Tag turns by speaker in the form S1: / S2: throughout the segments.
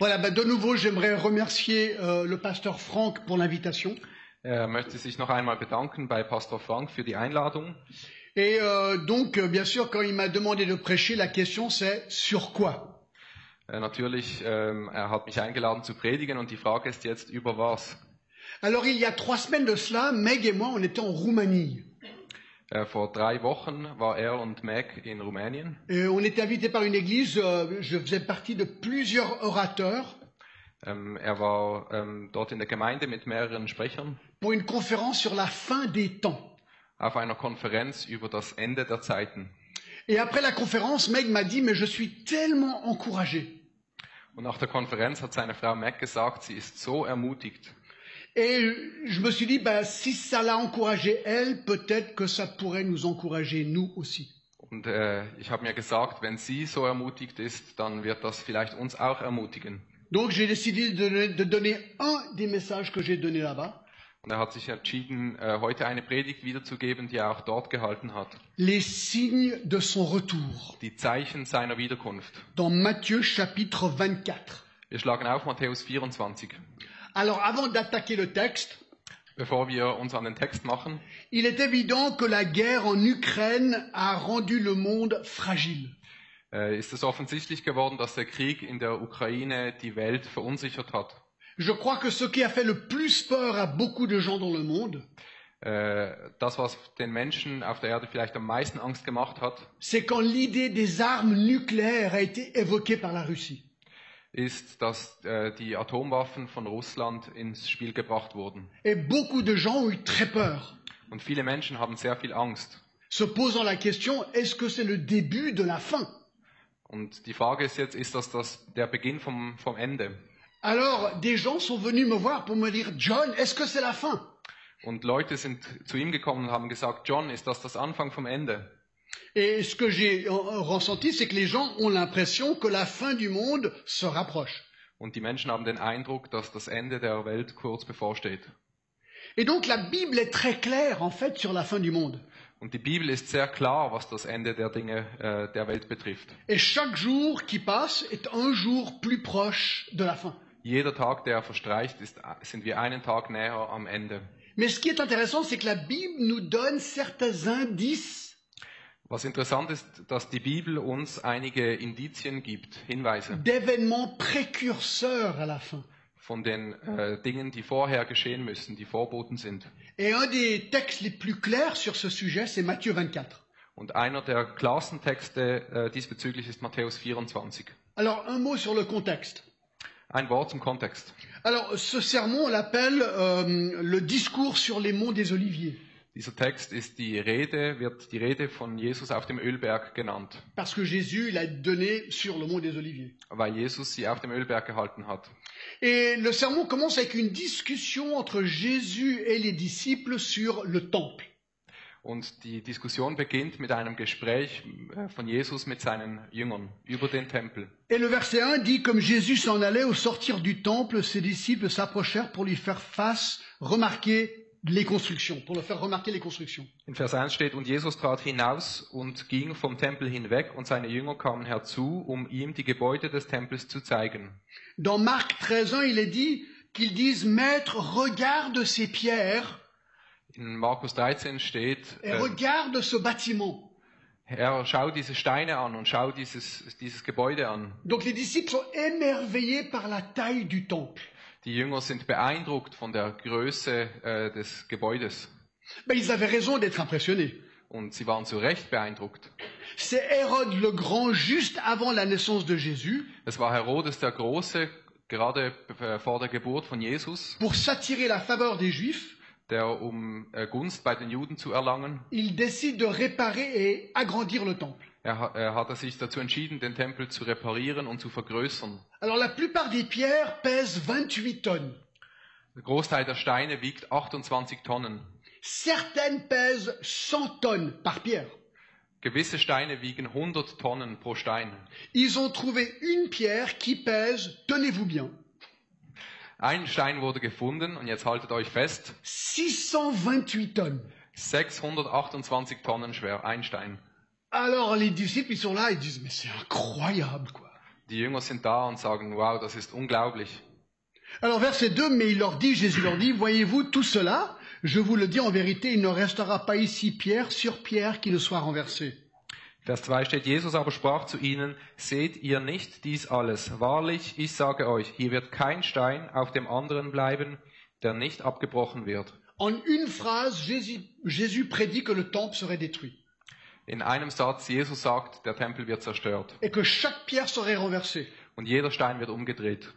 S1: ben, de nouveau, j'aimerais remercier euh, le pasteur Franck pour l'invitation.
S2: Er Äh, möchte sich noch einmal bedanken bei Pastor Frank für die Einladung.
S1: Et euh, donc, euh, bien sûr, quand il m'a demandé de prêcher, la question c'est sur quoi
S2: Äh, natürlich, ähm, er hat mich eingeladen zu predigen und die Frage ist jetzt, über was?
S1: Alors, il y a trois semaines de cela, Meg et moi, on était en Roumanie.
S2: Äh, vor drei Wochen war er und Meg in Rumänien.
S1: Et on était invité par une église, euh, je faisais partie de plusieurs orateurs
S2: Ähm, er war ähm, dort in der Gemeinde mit mehreren Sprechern
S1: pour une conférence sur la fin des temps.
S2: auf einer Konferenz über das Ende der Zeiten.
S1: Et après la conférence, Meg m'a dit, mais je suis tellement encouragé.
S2: Und nach der Konferenz hat seine Frau Meg gesagt, sie ist so ermutigt.
S1: Et je me suis dit, bah, si ça l'a encouragé elle, peut-être que ça pourrait nous encourager nous aussi.
S2: Und äh, ich habe mir gesagt, wenn sie so ermutigt ist, dann wird das vielleicht uns auch ermutigen.
S1: Donc j'ai décidé de, de donner un des messages que j'ai donné là-bas,
S2: Und er hat sich entschieden, äh, heute eine Predigt wiederzugeben, die er auch dort gehalten hat.
S1: les signes de son retour,
S2: Die Zeichen seiner Wiederkunft.
S1: dans Matthieu chapitre 24.
S2: Wir schlagen auf Matthäus 24.
S1: Alors avant d'attaquer le texte,
S2: Bevor wir uns an den Text machen,
S1: il est évident que la guerre en Ukraine a rendu le monde fragile.
S2: äh, ist es offensichtlich geworden, dass der Krieg in der Ukraine die Welt verunsichert hat.
S1: Je crois que ce qui a fait le plus peur à beaucoup de gens dans le monde,
S2: Äh, das, was den Menschen auf der Erde vielleicht am meisten Angst gemacht hat,
S1: c'est quand l'idée des armes nucléaires a été évoquée par la Russie.
S2: ist, dass äh, die Atomwaffen von Russland ins Spiel gebracht wurden.
S1: Et beaucoup de gens ont eu très peur,
S2: Und viele Menschen haben sehr viel Angst.
S1: se posant la question, est-ce que c'est le début de la fin
S2: Und die Frage ist jetzt, ist das, das der Beginn vom, vom Ende?
S1: Alors, des gens sont venus me voir pour me dire, John, est-ce que c'est la fin
S2: Und Leute sind zu ihm gekommen und haben gesagt, John, ist das das Anfang vom Ende?
S1: Et ce que j'ai euh, ressenti, c'est que les gens ont l'impression que la fin du monde se rapproche.
S2: Und die Menschen haben den Eindruck, dass das Ende der Welt kurz bevorsteht.
S1: Et donc, la Bible est très claire, en fait, sur la fin du monde.
S2: Und die Bibel ist sehr klar, was das Ende der Dinge äh, der Welt betrifft.
S1: Et chaque jour qui passe est un jour plus proche de la fin.
S2: Jeder Tag, der verstreicht, ist, sind wir einen Tag näher am Ende.
S1: Mais ce qui est intéressant, c'est que la Bible nous donne certains indices
S2: Was interessant ist, dass die Bibel uns einige Indizien gibt, Hinweise
S1: d'événements précurseurs à la fin.
S2: von den äh, Dingen, die vorher geschehen müssen, die vorboten sind.
S1: Et un des textes les plus clairs sur ce sujet, c'est Matthieu 24.
S2: Und einer der klarsten Texte äh, diesbezüglich ist Matthäus 24.
S1: Alors, un mot sur le contexte.
S2: Ein Wort zum Kontext.
S1: Alors, ce sermon, on l'appelle euh, le discours sur les monts des Oliviers,
S2: Dieser Text ist die Rede, wird die Rede von Jesus auf dem Ölberg genannt,
S1: parce que Jésus l'a donné sur le mont des Oliviers.
S2: weil Jesus sie auf dem Ölberg gehalten hat.
S1: Et le sermon commence avec une discussion entre Jésus et les disciples sur le temple.
S2: Und die Diskussion beginnt mit einem Gespräch äh, von Jesus mit seinen Jüngern über den Tempel.
S1: Et le verset 1 dit, comme Jésus s'en allait au sortir du temple, ses disciples s'approchèrent pour lui faire face, remarquer les constructions, pour le faire remarquer les constructions.
S2: In Vers 1 steht, und Jesus trat hinaus und ging vom Tempel hinweg, und seine Jünger kamen herzu, um ihm die Gebäude des Tempels zu zeigen.
S1: Dans Marc 13, 1, il est dit qu'ils disent, Maître, regarde ces pierres
S2: In Markus 13 steht,
S1: et
S2: äh,
S1: regarde ce bâtiment.
S2: Herr, schau diese Steine an und schau dieses, dieses Gebäude an.
S1: Donc les disciples sont émerveillés par la taille du temple.
S2: Die Jünger sind beeindruckt von der Größe äh, des Gebäudes.
S1: Ben, ils avaient raison d'être impressionnés.
S2: Und sie waren zu Recht beeindruckt.
S1: C'est Hérode le Grand juste avant la naissance de Jésus.
S2: Es war Herodes der Große, gerade äh, vor der Geburt von Jesus,
S1: Pour s'attirer la faveur des Juifs,
S2: der, um äh, Gunst bei den Juden zu erlangen,
S1: il décide de réparer et agrandir le temple.
S2: er, ha- er hatte sich dazu entschieden, den Tempel zu reparieren und zu vergrößern.
S1: Alors la plupart des pierres pèsent 28 tonnes.
S2: Der Großteil der Steine wiegt 28 Tonnen.
S1: Certaines pèsent 100 tonnes par pierre.
S2: Gewisse Steine wiegen 100 Tonnen pro Stein.
S1: Ils ont trouvé une pierre qui pèse, tenez-vous bien,
S2: Ein Stein wurde gefunden, und jetzt haltet euch fest,
S1: 628 tonnes.
S2: 628 Tonnen schwer, ein Stein.
S1: Alors les disciples, ils sont là, ils disent, mais c'est incroyable, quoi.
S2: Die Jünger sind da und sagen, wow, das ist unglaublich.
S1: Alors verset 2, mais il leur dit, Jésus leur dit, voyez-vous tout cela Je vous le dis en vérité, il ne restera pas ici pierre sur pierre qui ne soit renversée.
S2: Vers 2 steht, Jesus aber sprach zu ihnen, seht ihr nicht dies alles? Wahrlich, ich sage euch, hier wird kein Stein auf dem anderen bleiben, der nicht abgebrochen wird.
S1: En une phrase, Jésus, Jésus prédit que le temple serait détruit
S2: In einem Satz, Jesus sagt, der Tempel wird zerstört
S1: et que chaque pierre serait renversée.
S2: und jeder Stein wird umgedreht.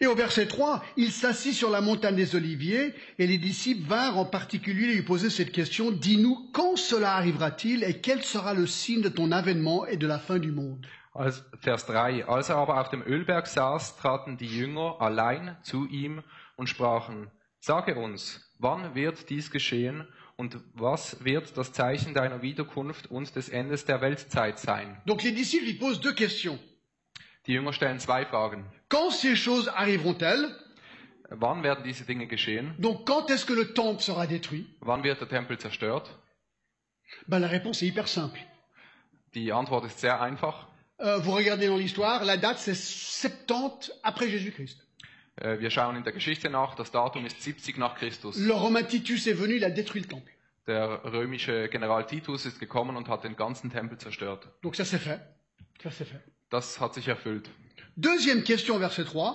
S1: Et au verset 3, il s'assit sur la montagne des Oliviers et les disciples vinrent en particulier lui poser cette question, dis-nous quand cela arrivera-t-il et quel sera le signe de ton avènement et de la fin du monde
S2: Als, Vers 3. Als er aber auf dem Ölberg saß, traten die Jünger allein zu ihm und sprachen, Sage uns, wann wird dies geschehen und was wird das Zeichen deiner Wiederkunft und des Endes der Weltzeit sein?
S1: Donc les disciples lui posent deux questions.
S2: Die Jünger stellen zwei Fragen.
S1: Quand ces choses arriveront-elles
S2: Wann werden diese Dinge geschehen?
S1: Donc quand est-ce que le temple sera détruit
S2: Wann wird der Tempel zerstört?
S1: ben, La réponse est hyper simple.
S2: Die Antwort ist sehr einfach.
S1: Euh, vous regardez dans l'histoire, la date c'est 70 après Jésus-Christ.
S2: Äh, Wir schauen in der Geschichte nach, das Datum ist 70 nach Christus.
S1: Le Romain Titus est venu, il a détruit le temple.
S2: Der römische General Titus ist gekommen und hat den ganzen Tempel zerstört.
S1: Donc ça c'est fait. Ça c'est fait.
S2: Das hat sich erfüllt.
S1: Deuxième question, verset 3.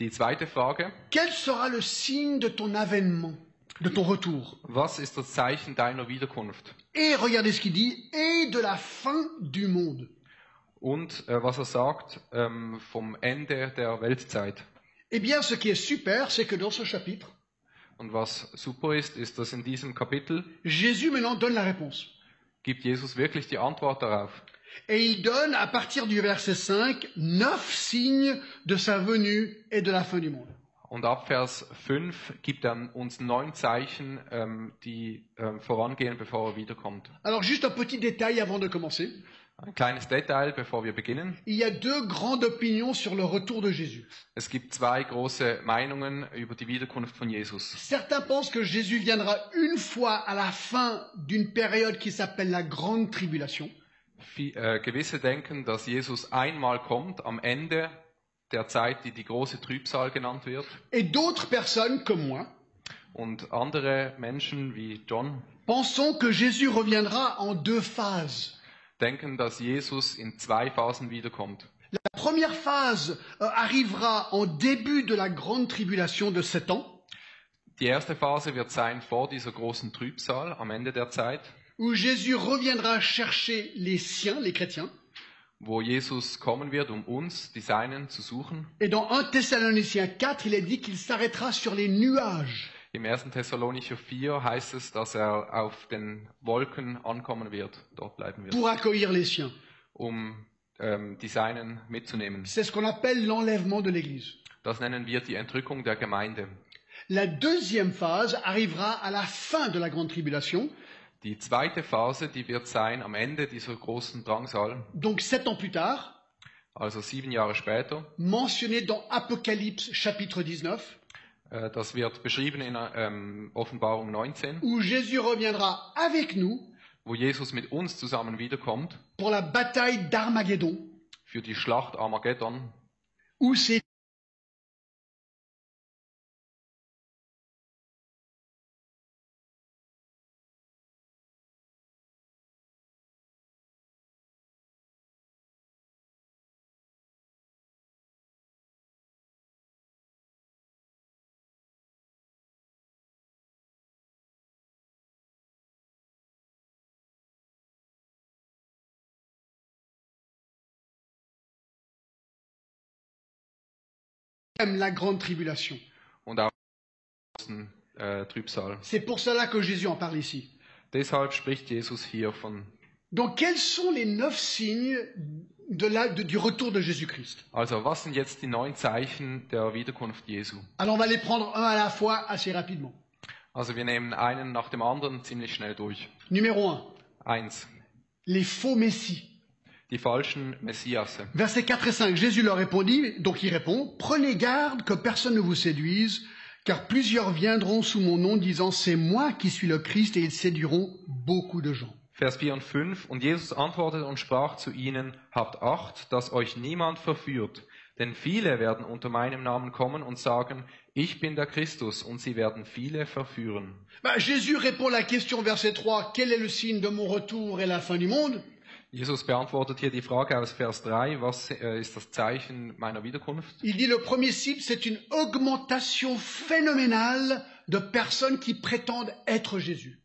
S2: Die zweite Frage,
S1: Quel sera le signe de ton avènement, de ton retour
S2: was ist das Zeichen deiner Wiederkunft?
S1: Et regardez ce qu'il dit, et de la fin du monde.
S2: Und äh, was er sagt ähm, vom Ende der Weltzeit.
S1: Eh bien, ce qui est super, c'est que dans ce chapitre,
S2: Und was super ist, ist, dass in diesem Kapitel
S1: Jésus maintenant donne la réponse.
S2: gibt Jesus wirklich die Antwort darauf.
S1: Et il donne, à partir du verset 5, neuf signes de sa venue et de la fin du monde.
S2: Und ab Vers 5 gibt er uns neun Zeichen, ähm, die ähm, vorangehen, bevor er wiederkommt.
S1: Alors, juste un petit détail avant de commencer.
S2: Ein kleines Detail, bevor wir beginnen.
S1: Il y a deux grandes opinions sur le retour de Jésus.
S2: Es gibt zwei große Meinungen über die Wiederkunft von Jesus.
S1: Certains pensent que Jésus viendra une fois à la fin d'une période qui s'appelle la grande tribulation.
S2: Vi- äh, gewisse denken, dass Jesus einmal kommt am Ende der Zeit, die die große Trübsal genannt wird.
S1: Et d'autres personnes, comme moi,
S2: Und andere Menschen wie John
S1: Pensons que Jésus reviendra en deux phases.
S2: denken, dass Jesus in zwei Phasen wiederkommt.
S1: La première phase euh, arrivera en début de la grande tribulation de sept ans,
S2: Die erste Phase wird sein vor dieser großen Trübsal am Ende der Zeit,
S1: où Jésus reviendra chercher les siens, les chrétiens.
S2: wo Jesus kommen wird, um uns, die Seinen, zu suchen.
S1: Et dans 1 Thessaloniciens 4, il est dit qu'il s'arrêtera sur les nuages.
S2: Im 1. Thessalonicher 4 heißt es, dass er auf den Wolken ankommen wird, dort bleiben wird,
S1: pour accueillir les siens.
S2: um ähm, die Seinen mitzunehmen.
S1: C'est ce qu'on appelle l'enlèvement de l'Église.
S2: Das nennen wir die Entrückung der Gemeinde.
S1: La deuxième phase arrivera à la fin de la grande tribulation,
S2: Die zweite Phase, die wird sein am Ende dieser großen Drangsal,
S1: donc sept ans plus tard,
S2: also sieben Jahre später.
S1: mentionnée dans Apocalypse chapitre 19,
S2: Äh, Das wird beschrieben in ähm, Offenbarung 19,
S1: où Jésus reviendra avec nous
S2: wo Jesus mit uns zusammen wiederkommt
S1: pour la bataille d'Armageddon,
S2: für die Schlacht Armageddon,
S1: où c'est même la grande tribulation.
S2: und auch großen äh, Trübsal.
S1: C'est pour cela que Jésus en parle ici.
S2: Deshalb spricht Jesus hier von.
S1: Donc quels sont les neuf signes de la- de- du retour de Jésus-Christ
S2: Also was sind jetzt die neun Zeichen der Wiederkunft Jesu?
S1: Alors on va les prendre un à la fois assez rapidement.
S2: Also wir nehmen einen nach dem anderen ziemlich schnell durch.
S1: Numéro 1,
S2: Eins,
S1: les faux messies.
S2: die falschen Messiasse.
S1: Versets 4 et 5, Jésus leur répondit, donc il répond, Prenez garde que personne ne vous séduise, car plusieurs viendront sous mon nom disant, C'est moi qui suis le Christ, et ils séduiront beaucoup de gens.
S2: Vers 4 und 5. Und Jesus antwortete und sprach zu ihnen, habt Acht, dass euch niemand verführt. Denn viele werden unter meinem Namen kommen und sagen, ich bin der Christus, und sie werden viele verführen.
S1: Ben, Jésus répond à la question verset 3, quel est le signe de mon retour et la fin du monde
S2: Jesus beantwortet hier die Frage aus Vers 3, was äh, ist das Zeichen meiner Wiederkunft?
S1: Il dit le premier cible, c'est une augmentation phénoménale de personnes qui prétendent être Jésus.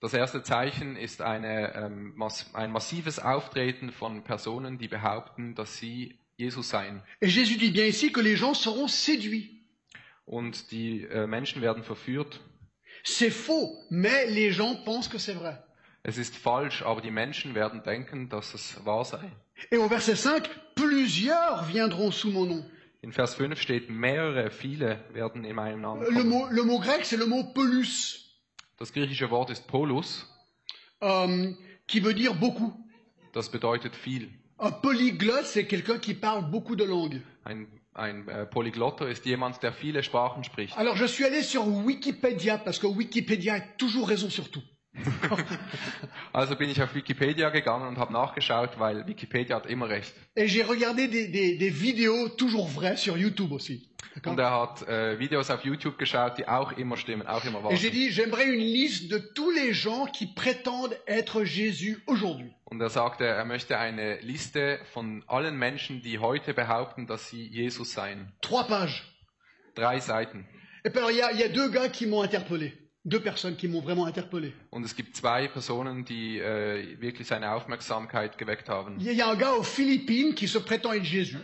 S2: Das erste Zeichen ist eine, ähm, mass ein massives Auftreten von Personen, die behaupten, dass sie Jesus seien.
S1: Et Jésus dit bien ici que les gens seront séduits.
S2: Und die äh, Menschen werden verführt.
S1: C'est faux, mais les gens pensent que c'est vrai.
S2: Es ist falsch, aber die Menschen werden denken, dass es wahr sei.
S1: Et au verset 5, plusieurs viendront sous mon nom.
S2: In Vers 5 steht, mehrere, viele werden in meinem Namen
S1: Le
S2: kommen.
S1: mot, le mot grec, c'est le mot pelus,
S2: Das griechische Wort ist Polus,
S1: euh, qui veut dire beaucoup.
S2: das bedeutet viel.
S1: Un polyglotte, c'est quelqu'un qui parle beaucoup de langues.
S2: Ein, ein äh, Polyglotto ist jemand, der viele Sprachen spricht.
S1: Alors je suis allé sur Wikipédia, parce que Wikipédia a toujours raison sur tout.
S2: Also bin ich auf Wikipedia gegangen und habe nachgeschaut, weil Wikipedia hat immer recht.
S1: Et j'ai regardé des, des- des vidéos toujours vraies sur YouTube aussi. D'accord
S2: Und er hat äh, Videos auf YouTube geschaut, die auch immer stimmen, auch immer wahr
S1: Et j'ai
S2: sind.
S1: dit, j'aimerais une liste de tous les gens qui prétendent être Jésus aujourd'hui.
S2: Und er sagte, er möchte eine Liste von allen Menschen, die heute behaupten, dass sie Jesus seien.
S1: Trois pages.
S2: Drei Seiten.
S1: Et puis alors, il y a, il y a deux gars qui m'ont interpellé. Deux personnes qui m'ont vraiment interpellé.
S2: Und es gibt zwei Personen, die äh, wirklich seine Aufmerksamkeit geweckt
S1: Il
S2: haben.
S1: y a- il y a un gars aux Philippines qui se prétend être Jésus.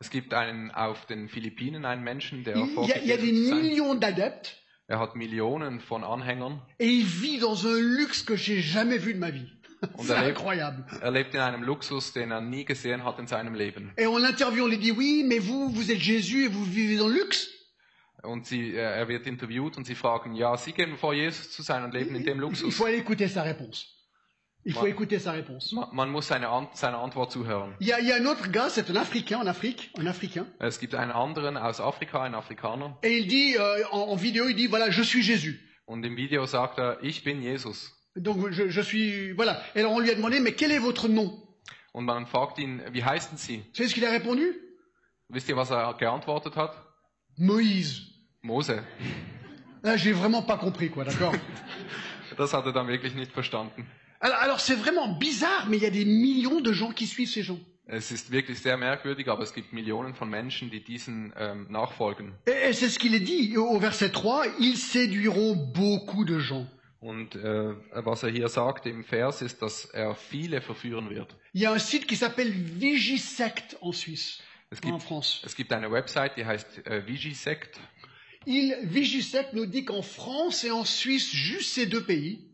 S2: Es gibt einen auf den Philippinen, einen Menschen, der
S1: Il il y a, il y a
S2: vorgibt,
S1: des
S2: Jesus zu sein.
S1: millions d'adeptes
S2: Er hat Millionen von Anhängern.
S1: et il vit dans un luxe que j'ai jamais vu de ma vie.
S2: On
S1: C'est
S2: avait-
S1: incroyable.
S2: Er lebt in einem Luxus, den er nie gesehen hat in seinem Leben.
S1: Et on l'interview, on lui dit oui, mais vous, vous êtes Jésus et vous vivez dans le luxe.
S2: Und sie, äh, er wird interviewt und sie fragen, ja, Sie gehen vor Jesus zu sein und leben in dem
S1: Il
S2: Luxus.
S1: faut aller écouter sa réponse. Il faut
S2: Ouais.
S1: écouter sa réponse.
S2: Ma- Man muss seine An seiner Antwort zuhören.
S1: Il y, a, il y a un autre gars, c'est un Africain, en Afrique, un Africain,
S2: Es gibt einen anderen aus Afrika, einen Afrikaner,
S1: et il dit euh, en, en vidéo, il dit voilà, je suis Jésus.
S2: und im Video sagt er, ich bin Jesus.
S1: Donc je, je suis voilà. Et alors on lui a demandé mais quel est votre nom
S2: Und man fragt ihn, wie heißen Sie?
S1: Vous savez ce qu'il a répondu
S2: Wisst ihr, was er geantwortet hat?
S1: Moïse.
S2: Mose.
S1: Là, j'ai vraiment pas compris quoi, d'accord
S2: Das hat er dann wirklich nicht verstanden.
S1: Alors, alors, c'est vraiment bizarre, mais il y a des millions de gens qui suivent ces gens.
S2: Es ist wirklich sehr merkwürdig, aber es gibt Millionen von Menschen, die diesen ähm, nachfolgen.
S1: Et, et c'est ce qu'il est dit au verset 3, ils séduiront beaucoup de gens.
S2: Und äh, was er hier sagt im Vers ist, dass er viele verführen wird.
S1: Il y a un site qui s'appelle Vigisect en Suisse,
S2: Es
S1: en
S2: gibt,
S1: France.
S2: es gibt eine Website, die heißt äh, Vigisect.
S1: Il, Vigisect nous dit qu'en France et en Suisse, juste ces deux pays,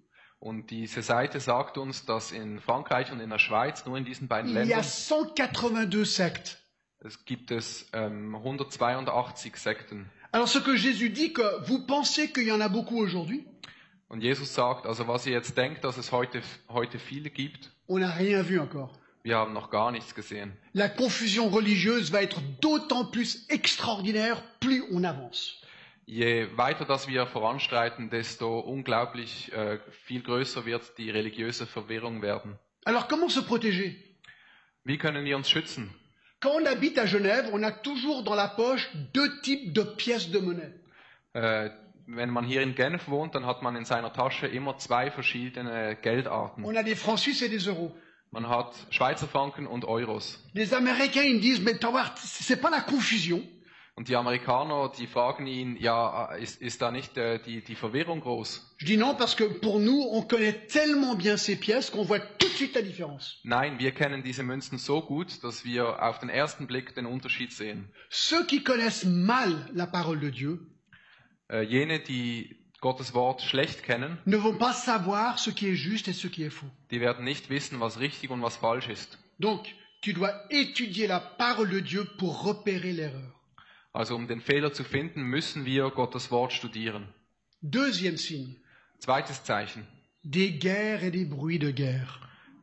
S2: Und diese Seite sagt uns, dass in Frankreich und in der Schweiz, nur in diesen beiden
S1: il y a
S2: Ländern,
S1: 182 sectes.
S2: es gibt es ähm, 182 Sekten.
S1: Alors ce que Jésus dit, que vous pensez qu'il y en a beaucoup aujourd'hui,
S2: Und Jesus sagt, also was ihr jetzt denkt, dass es heute, heute viele gibt,
S1: on n'a rien vu encore.
S2: wir haben noch gar nichts gesehen.
S1: La confusion religieuse va être d'autant plus extraordinaire plus on avance.
S2: Je weiter das wir voranstreiten, desto unglaublich äh, viel größer wird die religiöse Verwirrung werden.
S1: Alors comment se protéger
S2: Wie können wir uns schützen?
S1: Quand on habite à Genève, on a toujours dans la poche deux types de pièces de monnaie.
S2: Äh, wenn man hier in Genf wohnt, dann hat man in seiner Tasche immer zwei verschiedene Geldarten.
S1: On a des francs suisses et des euros.
S2: Man hat Schweizer Franken und Euros.
S1: Les Américains, ils me disent, mais t'as voir, c'est pas la confusion.
S2: Und die Amerikaner, die fragen ihn, ja, ist, ist da nicht äh, die, die Verwirrung groß?
S1: Je dis non parce que pour nous, on connaît tellement bien ces pièces qu'on voit tout de suite la différence.
S2: Nein, wir kennen diese Münzen so gut, dass wir auf den ersten Blick den Unterschied sehen.
S1: Ceux qui connaissent mal la parole de Dieu
S2: Äh, jene, die Gottes Wort schlecht kennen,
S1: ne vont pas savoir ce qui est juste et ce qui est faux.
S2: die werden nicht wissen, was richtig und was falsch ist.
S1: Donc, tu dois étudier la parole de Dieu pour repérer l'erreur.
S2: Also um den Fehler zu finden, müssen wir Gottes Wort studieren.
S1: Deuxième signe,
S2: Zweites Zeichen.
S1: des guerres et des bruits de guerre.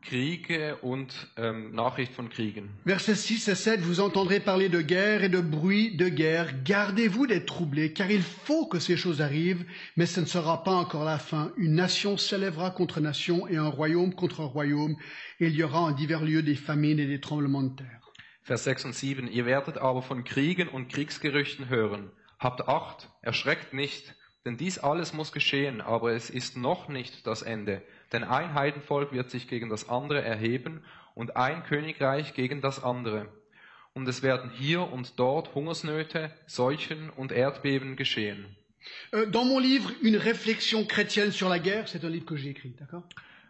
S2: Kriege und ähm, Nachricht von Kriegen.
S1: Versets 6 et 7, vous entendrez parler de guerre et de bruit de guerre. Gardez-vous d'être troublés, car il faut que ces choses arrivent, mais ce ne sera pas encore la fin. Une nation s'élèvera contre nation et un royaume contre royaume, et il y aura en divers lieux des famines et des tremblements de terre.
S2: Vers 6 und 7. Ihr werdet aber von Kriegen und Kriegsgerüchten hören. Habt Acht, erschreckt nicht, denn dies alles muss geschehen, aber es ist noch nicht das Ende. Denn ein Heidenvolk wird sich gegen das andere erheben und ein Königreich gegen das andere. Und es werden hier und dort Hungersnöte, Seuchen und Erdbeben geschehen.
S1: Euh, dans mon livre, Une réflexion chrétienne sur la guerre, c'est un livre que j'ai écrit, d'accord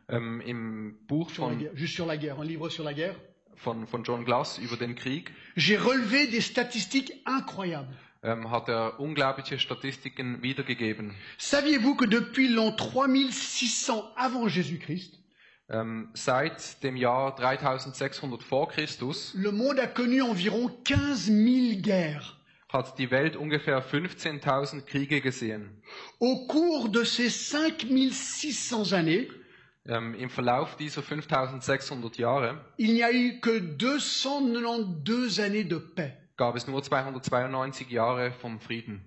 S2: Ähm, Im Buch
S1: Sur la
S2: von,
S1: guerre, Juste sur la guerre, un livre sur la guerre.
S2: von, von John Glass über den Krieg
S1: J'ai relevé des statistiques incroyables.
S2: ähm, hat er unglaubliche Statistiken wiedergegeben.
S1: Saviez-vous que depuis l'an 3600 avant Jésus-Christ,
S2: Ähm, seit dem Jahr 3600 vor Christus
S1: le monde a connu environ 15 000 guerres.
S2: hat die Welt ungefähr 15.000 Kriege gesehen.
S1: Au cours de ces 5600 années,
S2: Ähm, Im Verlauf dieser 5600 Jahre
S1: il n'y a eu que 292 années de paix.
S2: gab es nur 292 Jahre vom Frieden.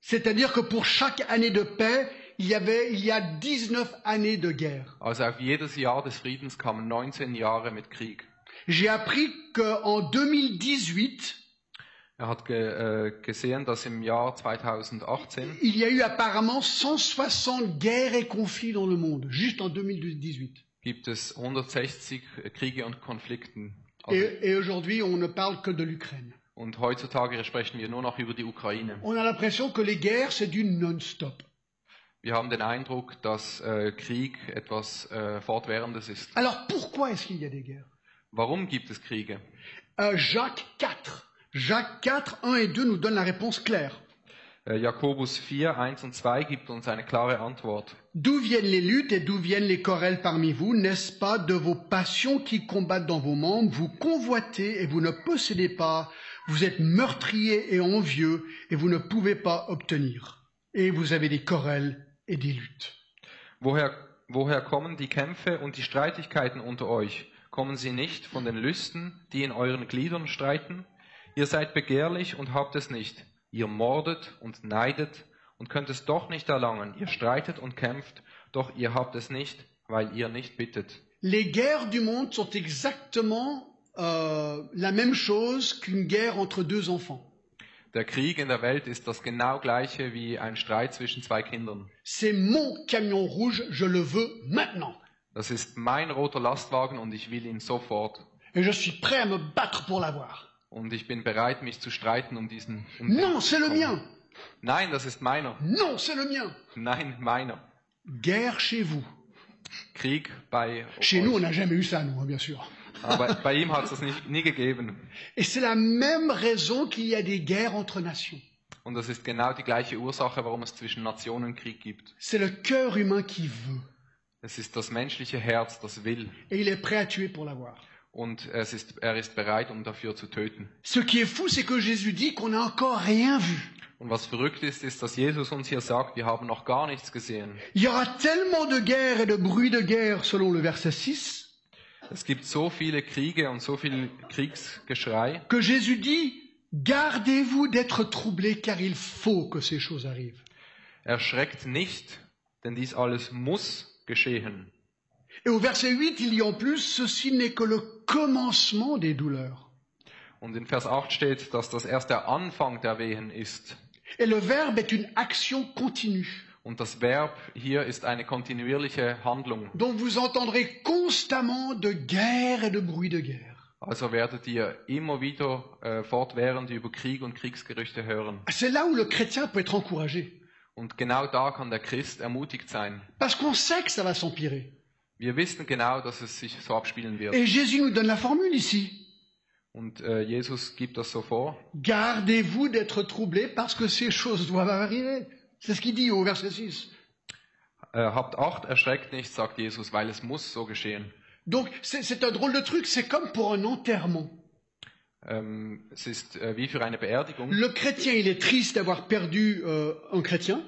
S1: C'est-à-dire que pour chaque année de paix, il y avait, il y a 19 années de guerre.
S2: Also auf jedes Jahr des Friedens kamen 19 Jahre mit Krieg.
S1: J'ai appris qu'en 2018,
S2: Er hat ge äh, gesehen, dass im Jahr 2018
S1: il y a eu apparemment 160 guerres et conflits dans le monde, juste en 2018.
S2: gibt es 160 Kriege und Konflikten. Also,
S1: Et, et aujourd'hui, on ne parle que de l'Ukraine.
S2: und heutzutage sprechen wir nur noch über die Ukraine.
S1: On a l'impression que les guerres, c'est du non-stop.
S2: Wir haben den Eindruck, dass äh, Krieg etwas äh, Fortwährendes ist.
S1: Alors pourquoi est-ce qu'il y a des guerres
S2: Warum gibt es Kriege?
S1: Euh, Jacques 4. Jacques 4, 1 et 2 nous donnent la réponse claire.
S2: Äh, Jakobus 4, 1 und 2 gibt uns eine klare Antwort.
S1: D'où viennent les luttes et d'où viennent les querelles parmi vous N'est-ce pas de vos passions qui combattent dans vos membres Vous convoitez et vous ne possédez pas. Vous êtes meurtriers et envieux et vous ne pouvez pas obtenir. Et vous avez des querelles et des luttes.
S2: Woher, woher kommen die Kämpfe und die Streitigkeiten unter euch? Kommen sie nicht von den Lüsten, die in euren Gliedern streiten? Ihr seid begehrlich und habt es nicht. Ihr mordet und neidet und könnt es doch nicht erlangen. Ihr streitet und kämpft, doch ihr habt es nicht, weil ihr nicht bittet.
S1: Les guerres du monde sont exactement euh, la même chose qu'une guerre entre deux enfants.
S2: Der Krieg in der Welt ist das genau gleiche wie ein Streit zwischen zwei Kindern.
S1: C'est mon camion rouge, je le veux maintenant.
S2: Das ist mein roter Lastwagen und ich will ihn sofort.
S1: Et je suis prêt à me battre pour l'avoir.
S2: Und ich bin bereit, mich zu streiten um diesen. Um den
S1: Non, c'est le
S2: Strom.
S1: mien.
S2: Nein, das ist meiner.
S1: Non, c'est le mien.
S2: Nein, meiner.
S1: Guerre chez vous.
S2: Krieg bei.
S1: Chez nous, on
S2: euch.
S1: n'a jamais eu ça, nous, hein, bien sûr.
S2: Aber bei ihm hat es das nicht, nie gegeben.
S1: Et c'est la même raison qu'il y a des guerres entre nations.
S2: Und das ist genau die gleiche Ursache, warum es zwischen Nationen Krieg gibt.
S1: C'est le cœur humain qui veut.
S2: Es ist das menschliche Herz, das will.
S1: Et il est prêt à tuer pour l'avoir.
S2: Und es ist, er ist bereit, um dafür zu töten.
S1: Ce qui est fou, c'est que Jésus dit qu'on n'a encore rien vu.
S2: Und was verrückt ist, ist, dass Jesus uns hier sagt, wir haben noch gar nichts gesehen.
S1: Il y aura tellement de guerres et de bruits de guerre, selon le verset 6,
S2: Es gibt so viele Kriege und so viel Kriegsgeschrei,
S1: que Jésus dit, gardez-vous d'être troublés car il faut que ces choses arrivent.
S2: Erschreckt nicht, denn dies alles muss geschehen.
S1: Et au verset 8, il dit en plus, ceci n'est que le commencement des douleurs.
S2: Und in Vers 8 steht, dass das erst der Anfang der Wehen ist.
S1: Et le verbe est une action continue.
S2: Und das Verb hier ist eine kontinuierliche Handlung.
S1: Donc vous entendrez constamment de guerre et de bruit de guerre.
S2: Also werdet ihr immer wieder äh, fortwährend über Krieg und Kriegsgerüchte hören.
S1: C'est là où le chrétien peut être encouragé.
S2: Und genau da kann der Christ ermutigt sein.
S1: Parce qu'on sait que ça va s'empirer.
S2: Wir wissen genau, dass es sich so abspielen wird.
S1: Et Jésus nous donne la formule ici.
S2: Und äh, Jesus gibt das so vor.
S1: Gardez-vous d'être troublés parce que ces choses doivent arriver. C'est ce qu'il dit au verset 6.
S2: Äh, habt Acht, erschreckt nicht, sagt Jesus, weil es muss so geschehen.
S1: Donc c'est c'est un drôle de truc, c'est comme pour un enterrement.
S2: Ähm, es ist äh, wie für eine Beerdigung.
S1: Le chrétien, il est triste d'avoir perdu euh, un chrétien,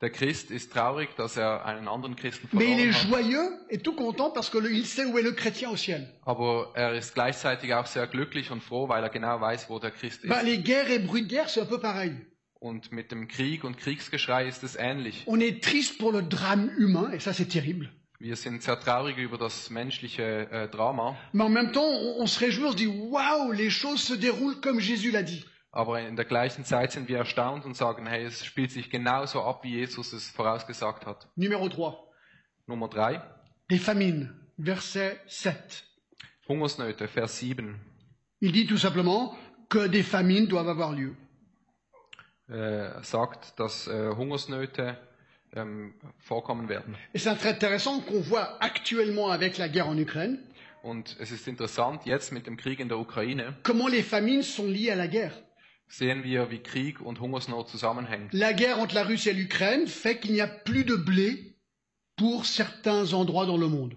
S2: Der Christ ist traurig, dass er einen anderen Christen
S1: mais il est
S2: verloren hat,
S1: joyeux et tout content parce qu'il sait où est le chrétien au ciel.
S2: aber er ist gleichzeitig auch sehr glücklich und froh, weil er genau weiß, wo der Christ
S1: Ben,
S2: ist.
S1: les guerres et bruits de guerre, c'est un peu pareil.
S2: Und mit dem Krieg und Kriegsgeschrei ist es ähnlich.
S1: On est triste pour le drame humain, et ça c'est terrible.
S2: Wir sind sehr traurig über das menschliche äh, Drama,
S1: Mais en même temps, on, on se réjouit, on se dit, waouh, les choses se déroulent comme Jésus l'a dit.
S2: aber in der gleichen Zeit sind wir erstaunt und sagen, hey, es spielt sich genauso ab, wie Jesus es vorausgesagt hat.
S1: Numéro 3,
S2: Nummer drei:
S1: les famines, verset 7.
S2: Hungersnöte, Vers 7.
S1: Il dit tout simplement que des famines doivent avoir lieu.
S2: äh, sagt, dass äh, Hungersnöte ähm, vorkommen werden.
S1: Et c'est très intéressant qu'on voit actuellement avec la guerre en Ukraine,
S2: Und es ist interessant, jetzt mit dem Krieg in der Ukraine
S1: comment les famines sont liées à la guerre.
S2: sehen wir, wie Krieg und Hungersnot zusammenhängen.
S1: La guerre entre la Russie et l'Ukraine fait qu'il n'y a plus de blé pour certains endroits dans le monde.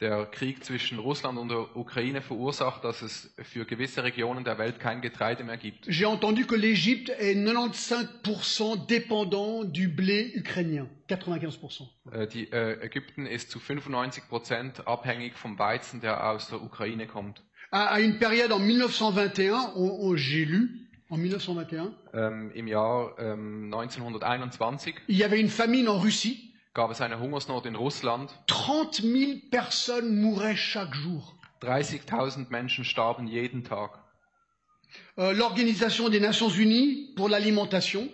S2: Der Krieg zwischen Russland und der Ukraine verursacht, dass es für gewisse Regionen der Welt kein Getreide mehr gibt.
S1: J'ai entendu que l'Égypte est 95% dépendant du blé ukrainien. 95%.
S2: Äh, die, äh, Ägypten ist zu 95 Prozent abhängig vom Weizen, der aus der Ukraine kommt.
S1: À, à une période en 1921, on- on- j'ai lu, en 1921,
S2: Ähm, Im Jahr ähm, 1921
S1: il y avait une famine en Russie.
S2: gab es eine Hungersnot in Russland.
S1: 30 000 personnes mouraient chaque jour.
S2: 30.000 Menschen starben jeden Tag.
S1: Euh, L'Organisation des Nations Unies pour l'alimentation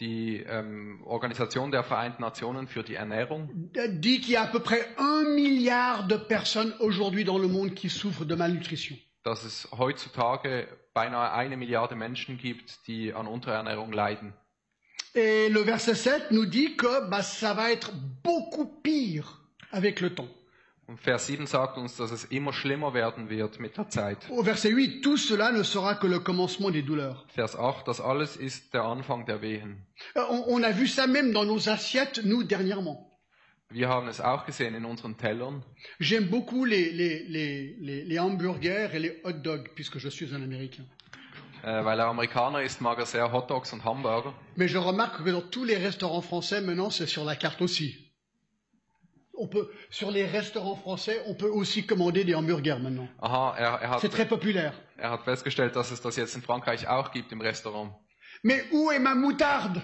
S2: Die ähm, Organisation der Vereinten Nationen für die Ernährung
S1: euh, dit qu'il y a à peu près un milliard de personnes aujourd'hui dans le monde qui souffrent de malnutrition.
S2: dass es heutzutage beinahe eine Milliarde Menschen gibt, die an Unterernährung leiden.
S1: Et le verset 7 nous dit que bah, ça va être beaucoup pire avec le temps.
S2: Und Vers 7 sagt uns, dass es immer schlimmer werden wird mit der Zeit.
S1: Au verset 8, tout cela ne sera que le commencement des douleurs.
S2: Vers 8, das alles ist der Anfang der Wehen.
S1: Euh, On, on a vu ça même dans nos assiettes, nous, dernièrement.
S2: Wir haben es auch gesehen in unseren Tellern.
S1: J'aime beaucoup les, les, les, les, les hamburgers et les hot dogs, puisque je suis un Américain.
S2: Äh, weil er Amerikaner ist, mag er sehr Hotdogs und Hamburger.
S1: Mais je remarque que dans tous les restaurants français, maintenant, c'est sur la carte aussi. On peut, sur les restaurants français, on peut aussi commander des hamburgers maintenant.
S2: Aha, er, er,
S1: C'est
S2: hat,
S1: très populaire.
S2: er hat festgestellt, dass es das jetzt in Frankreich auch gibt im Restaurant.
S1: Mais où est ma moutarde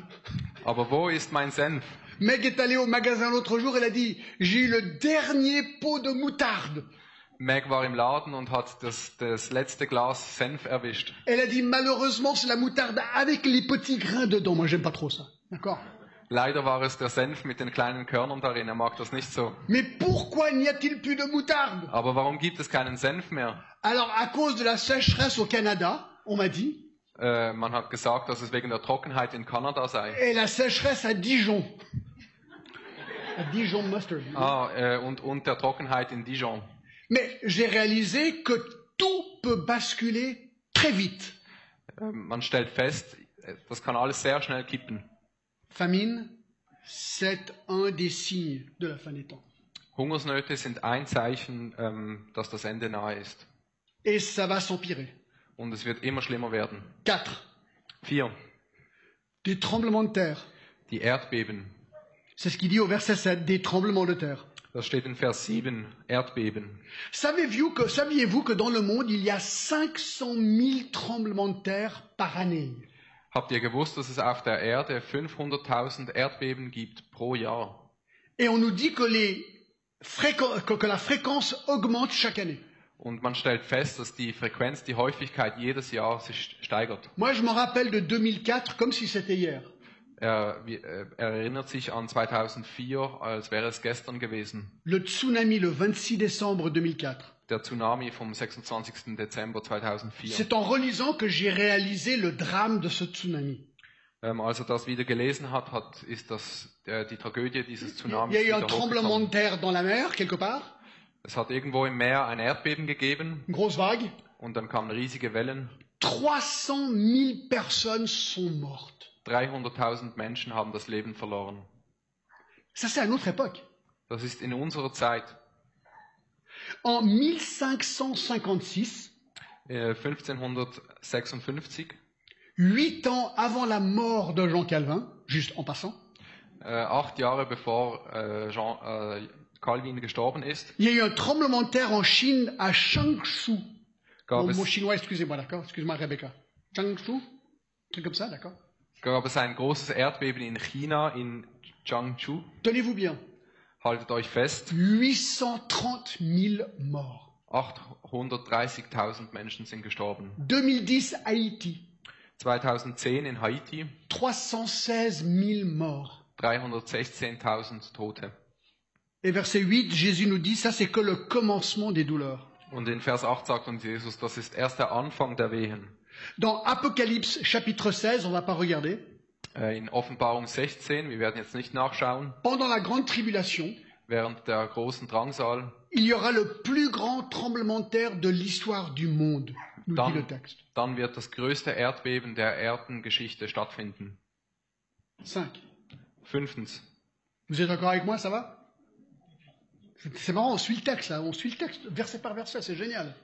S2: Aber wo ist mein Senf?
S1: Meg est allée au magasin l'autre jour, elle a dit J'ai eu le dernier pot de moutarde.
S2: Meg war im Laden und hat das, das letzte Glas Senf erwischt.
S1: Elle a dit Malheureusement, c'est la moutarde avec les petits grains dedans. Moi, j'aime pas trop ça. D'accord
S2: Leider war es der Senf mit den kleinen Körnern darin, er mag das nicht so.
S1: Mais pourquoi n'y a-t-il plus de moutarde
S2: Aber warum gibt es keinen Senf mehr?
S1: Alors, à cause de la sécheresse au Canada, on m'a dit,
S2: Äh, man hat gesagt, dass es wegen der Trockenheit in Kanada sei.
S1: et la sécheresse à Dijon. À Dijon mustard.
S2: Ah, äh, und, und der Trockenheit in Dijon.
S1: Mais j'ai réalisé que tout peut basculer très vite.
S2: Äh, man stellt fest, äh, das kann alles sehr schnell kippen.
S1: Famine, c'est un des signes de la fin des temps.
S2: Hungersnöte sind ein Zeichen, ähm, dass das Ende nahe ist.
S1: Et ça va s'empirer.
S2: Und es wird immer schlimmer werden.
S1: 4.
S2: Vier.
S1: Des tremblements de terre.
S2: Die Erdbeben.
S1: C'est ce qu'il dit au verset 7, des tremblements de terre.
S2: Das steht in Vers 7. Erdbeben.
S1: Savez-vous que, saviez-vous que dans le monde, il y a 500 000 tremblements de terre par année
S2: Habt ihr gewusst, dass es auf der Erde 500.000 Erdbeben gibt pro Jahr?
S1: Et on nous dit que, les fréquen- que- que la fréquence augmente chaque année.
S2: Und man stellt fest, dass die Frequenz, die Häufigkeit jedes Jahr sich steigert.
S1: Moi, je me rappelle de 2004 comme si c'était hier.
S2: Er, wie- äh, er erinnert sich an 2004, als wäre es gestern gewesen.
S1: Le tsunami le 26 décembre 2004.
S2: Der Tsunami vom 26. Dezember 2004.
S1: C'est en relisant que j'ai réalisé le drame de ce tsunami.
S2: Ähm, als er das wieder gelesen hat, hat ist das äh, die Tragödie dieses
S1: Il y
S2: Tsunamis
S1: a eu Ah, un
S2: wieder
S1: tremblement de
S2: hochgekommen.
S1: terre dans la mer, quelque part,
S2: Es hat irgendwo im Meer ein Erdbeben gegeben
S1: une grosse vague.
S2: und dann kamen riesige Wellen.
S1: 300 000 personnes sont mortes.
S2: 300.000 Menschen haben das Leben verloren.
S1: Ça, c'est à notre époque.
S2: Das ist in unserer Zeit.
S1: En 1556,
S2: Äh, 1556,
S1: huit ans avant la mort de Jean Calvin, juste en passant,
S2: äh, acht Jahre bevor äh, Jean, äh, Calvin gestorben ist,
S1: Il y a eu un tremblement de terre en Chine à Changshu.
S2: gab
S1: Mon mot
S2: es,
S1: chinois, excusez-moi, d'accord Excuse-moi, Rebecca. Changshu Un truc comme ça, d'accord
S2: gab es ein großes Erdbeben in China, in Changzhou.
S1: Tenez-vous bien.
S2: Haltet euch fest,
S1: 830 000 morts.
S2: 830.000 Menschen sind gestorben.
S1: 2010, Haïti.
S2: 2010 in Haiti
S1: 316 000 morts.
S2: 316.000 Tote.
S1: Et verset 8, Jésus nous dit, ça c'est que le commencement des douleurs.
S2: Und in Vers 8 sagt uns Jesus, das ist erst der Anfang der Wehen.
S1: Dans Apocalypse chapitre 16, on ne va pas regarder,
S2: Äh, In Offenbarung 16, wir werden jetzt nicht nachschauen,
S1: pendant la grande tribulation,
S2: während der großen Drangsal,
S1: il y aura le plus grand tremblement de terre de l'histoire du monde, nous
S2: Dans-
S1: dit le texte.
S2: dann wird das größte Erdbeben der Erdengeschichte stattfinden.
S1: 5.
S2: Fünftens,
S1: Vous êtes encore avec moi, ça va C'est- C'est marrant, on suit le texte là, on suit le texte verset par verset, c'est génial.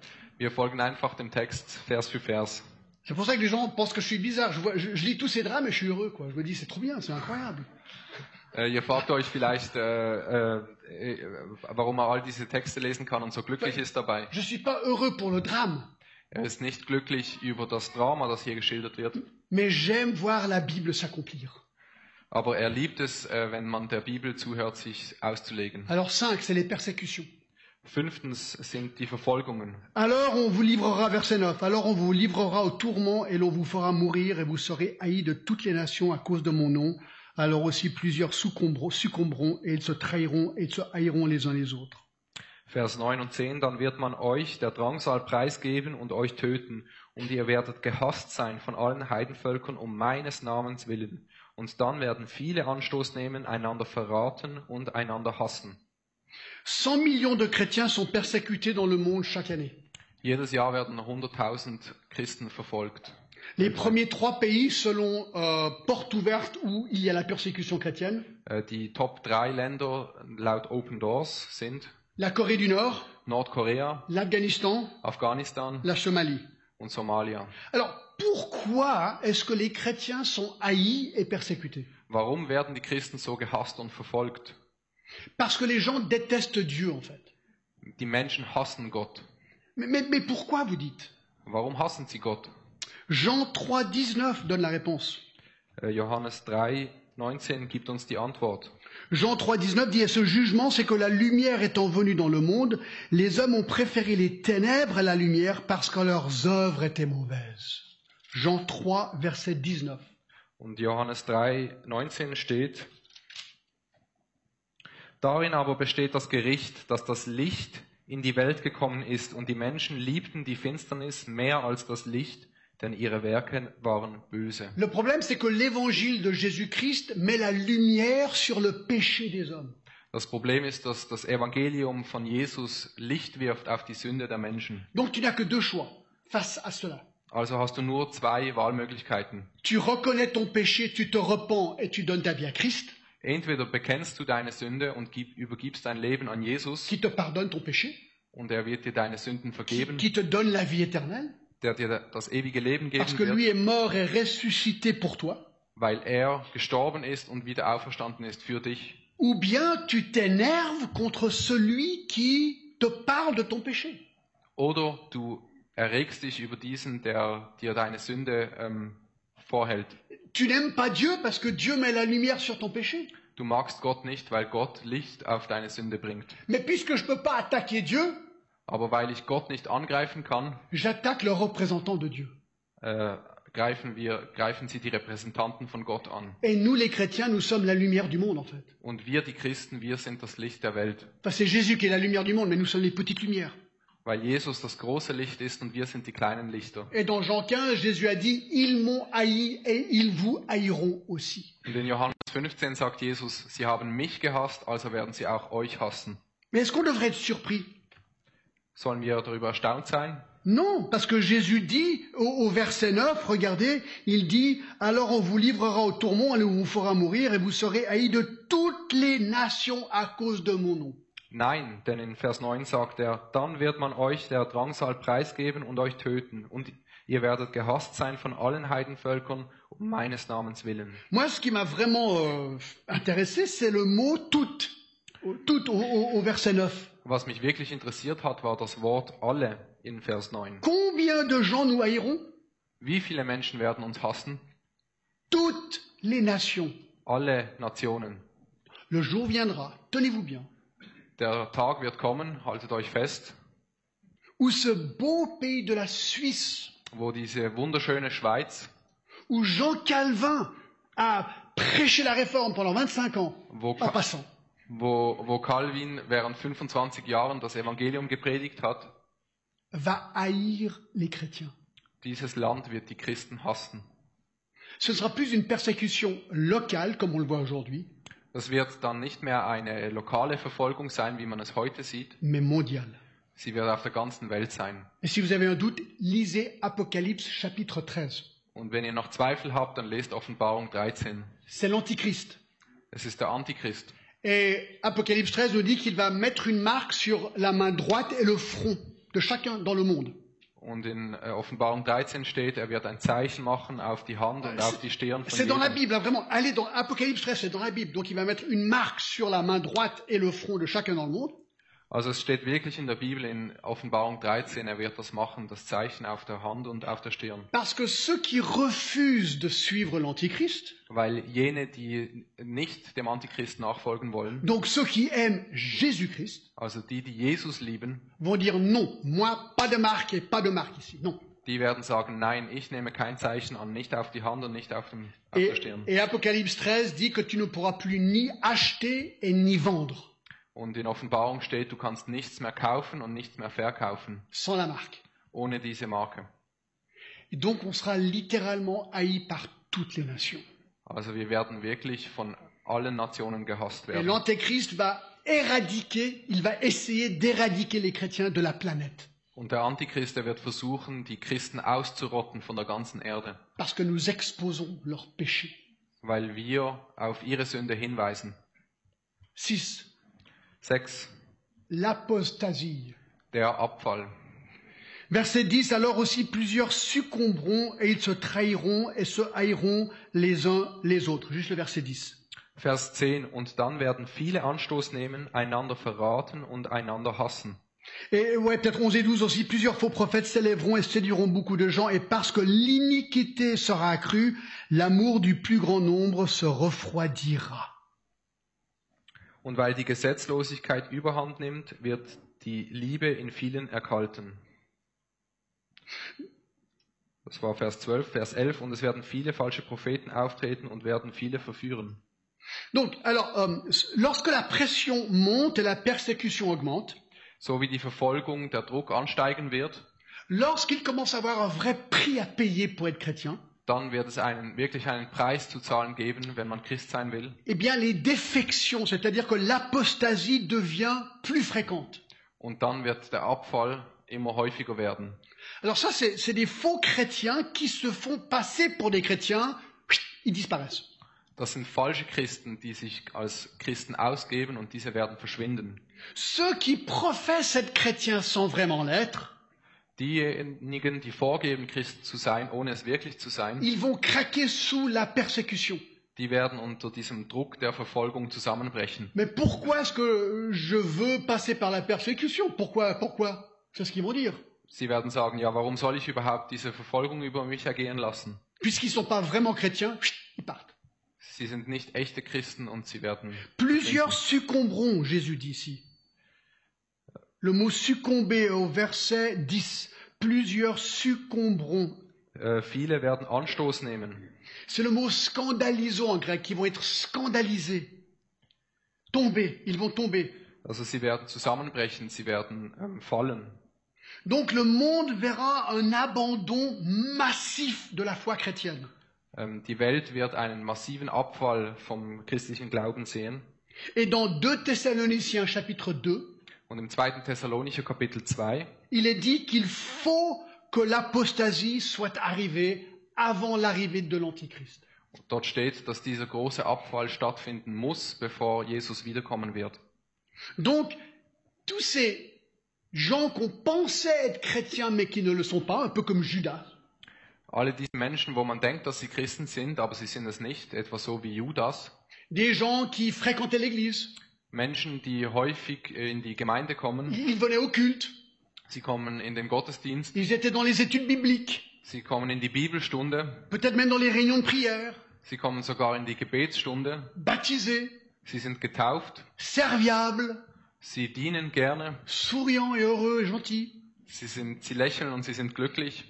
S2: wir folgen einfach dem Text Vers für Vers.
S1: C'est pour ça que les gens pensent que je suis bizarre. Je, vois- je- je lis tous ces drames et je suis heureux, quoi. Je me dis, c'est trop bien, c'est incroyable.
S2: Äh, Ihr fragt euch vielleicht, äh, äh, äh, warum er all diese Texte lesen kann und so glücklich ist dabei.
S1: Je suis pas heureux pour le drame,
S2: Er ist nicht glücklich über das Drama, das hier geschildert wird,
S1: mais j'aime voir la Bible s'accomplir.
S2: aber er liebt es, äh, wenn man der Bibel zuhört, sich auszulegen.
S1: Alors 5, c'est les persécutions.
S2: Fünftens sind die Verfolgungen.
S1: Alors on vous livrera, verset 9, alors on vous livrera au tourment et l'on vous fera mourir et vous serez haïs de toutes les nations à cause de mon nom. Alors aussi plusieurs succomberont, succomberont et ils se trahiront et se haïront les uns les autres.
S2: Vers 9 und 10, dann wird man euch der Drangsal preisgeben und euch töten, und ihr werdet gehasst sein von allen Heidenvölkern um meines Namens willen. Und dann werden viele Anstoß nehmen, einander verraten und einander hassen.
S1: 100 millions de chrétiens sont persécutés dans le monde chaque année.
S2: Jedes Jahr werden 100.000 Christen verfolgt.
S1: Les premiers trois pays, selon euh, Porte Ouverte, où il y a la persécution chrétienne,
S2: Äh, Die Top 3 Länder laut Open Doors sind
S1: la Corée du Nord,
S2: Nordkorea,
S1: l'Afghanistan,
S2: Afghanistan
S1: la Somalie.
S2: und Somalia.
S1: Alors pourquoi est-ce que les chrétiens sont haïs et persécutés
S2: Warum werden die Christen so gehasst und verfolgt?
S1: Parce que les gens détestent Dieu en fait.
S2: Die Menschen hassen Gott.
S1: Mais, mais- mais pourquoi vous dites
S2: Warum hassen sie Gott?
S1: Jean 3, 19 donne la réponse.
S2: Äh, Johannes 3, 19 gibt uns die Antwort.
S1: Jean 3, 19 dit, et ce jugement, c'est que la lumière étant venue dans le monde, les hommes ont préféré les ténèbres à la lumière parce que leurs œuvres étaient mauvaises. Jean 3, verset 19.
S2: Und Johannes 3, 19 steht, Darin aber besteht das Gericht, dass das Licht in die Welt gekommen ist und die Menschen liebten die Finsternis mehr als das Licht, denn ihre Werke waren böse.
S1: Le problème, c'est que l'évangile de Jésus-Christ met la lumière sur le péché des hommes.
S2: Das Problem ist, dass das Evangelium von Jesus Licht wirft auf die Sünde der Menschen.
S1: Donc tu n'as que deux choix face à cela.
S2: Also hast du nur zwei Wahlmöglichkeiten.
S1: Tu reconnais ton péché, tu te repens et tu donnes ta vie à Christ,
S2: Entweder bekennst du deine Sünde und gib, übergibst dein Leben an Jesus
S1: qui te pardonne ton péché,
S2: und er wird dir deine Sünden
S1: qui,
S2: vergeben,
S1: qui te donne la vie éternelle,
S2: der dir das ewige Leben
S1: parce
S2: geben
S1: que lui
S2: wird,
S1: est mort et ressuscité pour toi.
S2: weil er gestorben ist und wieder auferstanden ist für dich.
S1: Ou bien tu t'énerves contre celui qui te parle de ton péché.
S2: Oder du erregst dich über diesen, der dir deine Sünde ähm, vorhält.
S1: Tu n'aimes pas Dieu parce que Dieu met la lumière sur ton péché.
S2: Du magst Gott nicht, weil Gott Licht auf deine Sünde bringt.
S1: Mais puisque je ne peux pas attaquer Dieu,
S2: Aber weil ich Gott nicht angreifen kann,
S1: j'attaque le représentant de Dieu.
S2: äh, greifen, wir, greifen sie die Repräsentanten von Gott an.
S1: Et nous, les chrétiens, nous sommes la lumière du monde, en fait.
S2: Und wir, die Christen, wir sind das Licht der Welt.
S1: Enfin, c'est Jésus qui est la lumière du monde, mais nous sommes les petites lumières.
S2: Weil Jesus das große Licht ist und wir sind die kleinen Lichter.
S1: Et dans Jean 15, Jésus a dit, ils m'ont haï et ils vous haïront aussi.
S2: Und in Johannes 15 sagt Jesus, sie haben mich gehasst, also werden sie auch euch hassen.
S1: Mais est-ce qu'on devrait être surpris
S2: Sollen wir darüber erstaunt sein?
S1: Non, parce que Jésus dit au, au verset 9, regardez, il dit Alors on vous livrera au tourment, et on vous fera mourir, et vous serez haïs de toutes les nations à cause de mon nom.
S2: Nein, denn in Vers 9 sagt er, dann wird man euch der Drangsal preisgeben und euch töten, und Ihr werdet gehasst sein von allen Heidenvölkern um meines Namens willen.
S1: Moi, ce qui m'a vraiment euh, intéressé, c'est le mot toutes, toutes au, au- au verset 9.
S2: Was mich wirklich interessiert hat, war das Wort alle in Vers 9.
S1: Combien de gens nous haïrons
S2: Wie viele Menschen werden uns hassen?
S1: Toutes les nations.
S2: Alle Nationen.
S1: Le jour viendra, tenez-vous bien,
S2: Der Tag wird kommen, haltet euch fest,
S1: où ce beau pays de la Suisse,
S2: wo diese wunderschöne Schweiz,
S1: où Jean Calvin a prêché la réforme pendant 25 ans,
S2: wo,
S1: en
S2: Ka
S1: passant,
S2: wo, wo Calvin während 25 Jahren das Evangelium gepredigt hat,
S1: va haïr les chrétiens.
S2: dieses Land wird die Christen hassen.
S1: Ce ne sera plus une persécution locale, comme on le voit aujourd'hui,
S2: Das wird dann nicht mehr eine lokale Verfolgung sein, wie man es heute sieht.
S1: mais mondiale.
S2: Sie wird auf der ganzen Welt sein.
S1: Et si vous avez un doute, lisez Apocalypse chapitre 13.
S2: Und wenn ihr noch Zweifel habt, dann lest Offenbarung 13.
S1: C'est l'Antichrist.
S2: Es ist der Antichrist.
S1: Et Apocalypse 13 nous dit qu'il va mettre une marque sur la main droite et le front de chacun dans le monde.
S2: Und in äh, Offenbarung 13 steht, er wird ein Zeichen machen auf die Hand und auf die Stirn von
S1: C'est dans la
S2: jedem.
S1: Bible, hein, vraiment. Allez dans Apocalypse 13, c'est dans la Bible. Donc il va mettre une marque sur la main droite et le front de chacun dans le monde.
S2: Also es steht wirklich in der Bibel in Offenbarung 13, er wird das machen, das Zeichen auf der Hand und auf der Stirn.
S1: Parce que ceux qui refusent de suivre l'Antichrist,
S2: Weil jene, die nicht dem Antichrist nachfolgen wollen,
S1: donc ceux qui aiment Jésus-Christ,
S2: also die, die Jesus lieben,
S1: vont dire non, moi, pas de marque et pas de marque ici. Non.
S2: die werden sagen, nein, ich nehme kein Zeichen an, nicht auf die Hand und nicht auf, dem, auf
S1: Et,
S2: der Stirn.
S1: et Apocalypse 13 dit que tu ne pourras plus ni acheter et ni vendre
S2: Und in Offenbarung steht, du kannst nichts mehr kaufen und nichts mehr verkaufen,
S1: sans la marque.
S2: ohne diese Marke.
S1: Et donc on sera littéralement haï par toutes les nations.
S2: Also wir werden wirklich von allen Nationen gehasst
S1: Et
S2: werden.
S1: l'Antéchrist va éradiquer, il va essayer d'éradiquer les chrétiens de la planète.
S2: Und der Antichrist, der wird versuchen, die Christen auszurotten von der ganzen Erde,
S1: Parce que nous exposons leurs péchés.
S2: weil wir auf ihre Sünde hinweisen.
S1: 6.
S2: 6.
S1: L'apostasie.
S2: Der Abfall.
S1: Verset 10, alors aussi plusieurs succomberont et ils se trahiront et se haïront les uns les autres. Juste le verset 10.
S2: Vers 10. Und dann werden viele Anstoß nehmen, einander verraten und einander hassen.
S1: Et ouais, peut-être 11 et 12 aussi, plusieurs faux prophètes s'élèveront et séduiront beaucoup de gens, et parce que l'iniquité sera accrue, l'amour du plus grand nombre se refroidira.
S2: Und weil die Gesetzlosigkeit überhand nimmt, wird die Liebe in vielen erkalten. Das war Vers 12, Vers 11. Und es werden viele falsche Propheten auftreten und werden viele verführen.
S1: Donc, alors, euh, lorsque la pression monte et la persécution augmente,
S2: So wie die Verfolgung, der Druck ansteigen wird,
S1: lorsqu'il commence à avoir un vrai prix à payer pour être chrétien,
S2: dann wird es einen, wirklich einen Preis zu zahlen geben, wenn man Christ sein will.
S1: eh bien, les défections, c'est-à-dire que l'apostasie devient plus fréquente.
S2: Und dann wird der Abfall immer häufiger werden.
S1: Alors ça, c'est c'est des faux chrétiens qui se font passer pour des chrétiens, ils disparaissent.
S2: Das sind falsche Christen, die sich als Christen ausgeben und diese werden verschwinden.
S1: Ceux qui professent être chrétiens sans vraiment l'être,
S2: Diejenigen, die vorgeben, Christen zu sein, ohne es wirklich zu sein,
S1: ils vont craquer sous la persécution.
S2: die werden unter diesem Druck der Verfolgung zusammenbrechen.
S1: Mais pourquoi est-ce que je veux passer par la persécution Pourquoi Pourquoi C'est ce qu'ils vont dire.
S2: Sie werden sagen, ja, warum soll ich überhaupt diese Verfolgung über mich ergehen lassen?
S1: Puisqu'ils ne sont pas vraiment chrétiens, chut, ils partent.
S2: Sie sind nicht echte Christen und sie werden.
S1: Plusieurs succomberont, Jésus dit ici. Le mot succomber au verset 10. Plusieurs succomberont.
S2: Äh, viele werden Anstoß nehmen.
S1: C'est le mot scandaliso en grec. Ils vont être scandalisés. Tomber. Ils vont tomber.
S2: Also sie werden zusammenbrechen, sie werden ähm, fallen.
S1: Donc le monde verra un abandon massif de la foi chrétienne.
S2: Ähm, die Welt wird einen massiven Abfall vom christlichen Glauben sehen.
S1: Et dans 2 Thessaloniciens chapitre 2,
S2: Und im 2. Thessalonicher Kapitel 2,
S1: il est dit qu'il faut que l'apostasie soit arrivée avant l'arrivée de l'Antichrist.
S2: dort steht, dass dieser große Abfall stattfinden muss, bevor Jesus wiederkommen wird.
S1: Donc tous ces gens qu'on pensait être chrétiens mais qui ne le sont pas, un peu comme Judas,
S2: Alle diese Menschen, wo man denkt, dass sie Christen sind, aber sie sind es nicht, etwa so wie Judas.
S1: Des gens qui fréquentaient l'église.
S2: Menschen, die häufig äh, in die Gemeinde kommen,
S1: Ils venaient au culte.
S2: sie kommen in den Gottesdienst,
S1: Ils étaient dans les études bibliques.
S2: sie kommen in die Bibelstunde,
S1: Peut-être même dans les réunions de prière.
S2: sie kommen sogar in die Gebetsstunde,
S1: Baptisés.
S2: sie sind getauft,
S1: Serviables.
S2: sie dienen gerne,
S1: Souriants et heureux et gentils.
S2: sie, sind, sie lächeln und sie sind glücklich,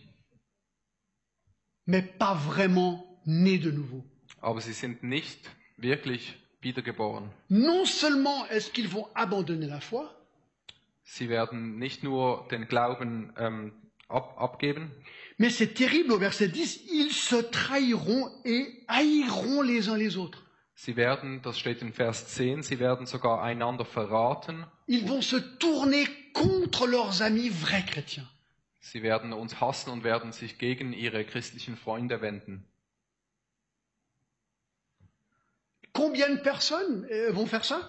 S1: Mais pas vraiment nés de nouveau.
S2: aber sie sind nicht wirklich wiedergeboren.
S1: Non seulement est-ce qu'ils vont abandonner la foi,
S2: Sie werden nicht nur den Glauben ähm, ab, abgeben,
S1: mais c'est terrible au verset 10, ils se trahiront et haïront les uns les autres.
S2: sie werden, das steht in Vers 10, sie werden sogar einander verraten,
S1: Ils vont se tourner contre leurs amis vrais chrétiens.
S2: sie werden uns hassen und werden sich gegen ihre christlichen Freunde wenden.
S1: Combien de personnes euh, vont faire ça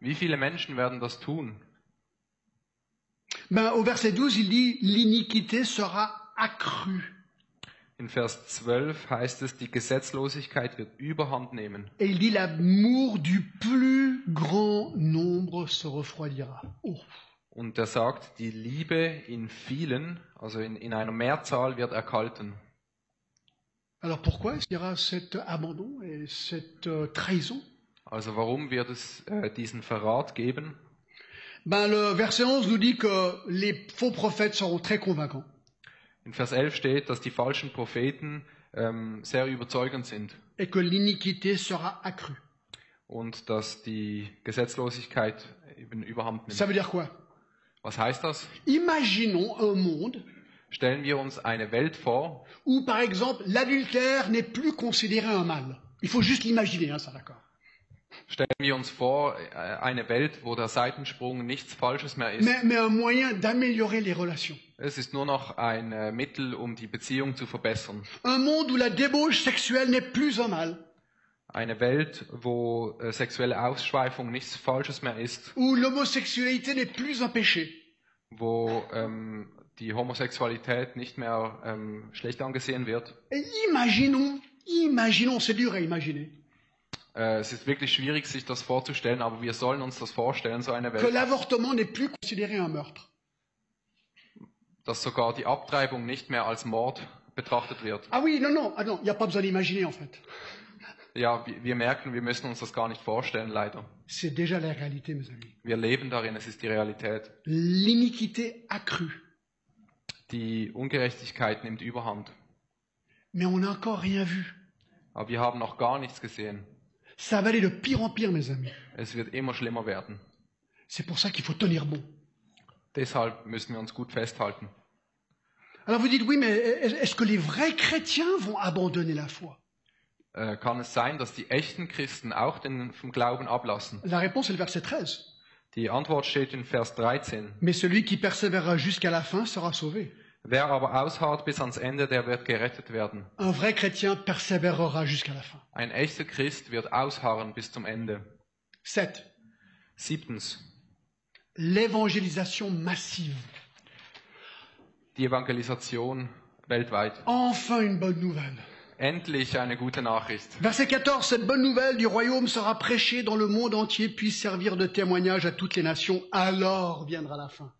S2: Wie viele Menschen werden das tun?
S1: ben, Au verset 12, il dit l'iniquité sera accrue
S2: In Vers 12 heißt es, die Gesetzlosigkeit wird überhand nehmen
S1: et il dit l'amour du plus grand nombre se refroidira. Oh.
S2: und er sagt, die Liebe in vielen, also in, in einer Mehrzahl, wird erkalten.
S1: Alors pourquoi est-ce qu'il y aura cet abandon et cette euh, trahison
S2: Also warum wird es äh, diesen Verrat geben?
S1: ben, Le verset 11 nous dit que les faux prophètes seront très convaincants.
S2: In Vers 11 steht, dass die falschen Propheten ähm, sehr überzeugend sind
S1: et que l'iniquité sera accrue.
S2: und dass die Gesetzlosigkeit eben überhand
S1: Ça
S2: nimmt.
S1: veut dire quoi
S2: Was heißt das?
S1: Imaginons un monde
S2: Stellen wir uns eine Welt vor,
S1: où, par exemple, l'adultère n'est plus considéré un mal. Il faut juste l'imaginer, hein, ça, d'accord
S2: stellen wir uns vor, äh, eine Welt, wo der Seitensprung nichts Falsches mehr ist.
S1: mais, mais un moyen d'améliorer les relations.
S2: Es ist nur noch ein äh, Mittel, um die Beziehung zu verbessern.
S1: Un monde où la débauche sexuelle n'est plus un mal,
S2: Eine Welt, wo äh, sexuelle Ausschweifung nichts Falsches mehr ist,
S1: où l'homosexualité n'est plus un péché,
S2: wo ähm, die Homosexualität nicht mehr ähm, schlecht angesehen wird.
S1: et imaginons, imaginons, c'est dur à imaginer,
S2: Äh, es ist wirklich schwierig, sich das vorzustellen, aber wir sollen uns das vorstellen, so eine
S1: que
S2: Welt,
S1: l'avortement n'est plus considéré un meurtre.
S2: dass sogar die Abtreibung nicht mehr als Mord betrachtet wird.
S1: Ah oui, non, non, ah non, il n'y a pas besoin d'imaginer en fait.
S2: Ja, wir wir merken, wir müssen uns das gar nicht vorstellen, leider.
S1: C'est déjà la réalité, mes amis.
S2: Wir leben darin, es ist die Realität.
S1: L'iniquité accrue.
S2: Die Ungerechtigkeit nimmt überhand.
S1: Mais on n'a encore rien vu.
S2: Aber wir haben noch gar nichts gesehen.
S1: Ça va aller de pire en pire, mes amis.
S2: Es wird immer schlimmer werden.
S1: C'est pour ça qu'il faut tenir bon.
S2: Deshalb müssen wir uns gut festhalten.
S1: Alors vous dites, oui, mais est-ce que les vrais chrétiens vont abandonner la foi
S2: Äh, kann es sein, dass die echten Christen auch den, vom Glauben ablassen?
S1: La réponse est le verset 13.
S2: Die Antwort steht in Vers 13.
S1: Mais celui qui persévérera jusqu'à la fin sera sauvé.
S2: Wer aber ausharrt bis ans Ende, der wird gerettet werden.
S1: Un vrai chrétien persévérera jusqu'à la fin.
S2: Ein echter Christ wird ausharren bis zum Ende.
S1: 7.
S2: Siebtens.
S1: L'évangélisation massive.
S2: Die Evangelisation weltweit.
S1: Enfin une bonne nouvelle.
S2: Endlich eine gute Nachricht.
S1: Verset 14. Cette bonne nouvelle du royaume sera prêchée dans le monde entier puis servir de témoignage à toutes les nations. Alors viendra la fin.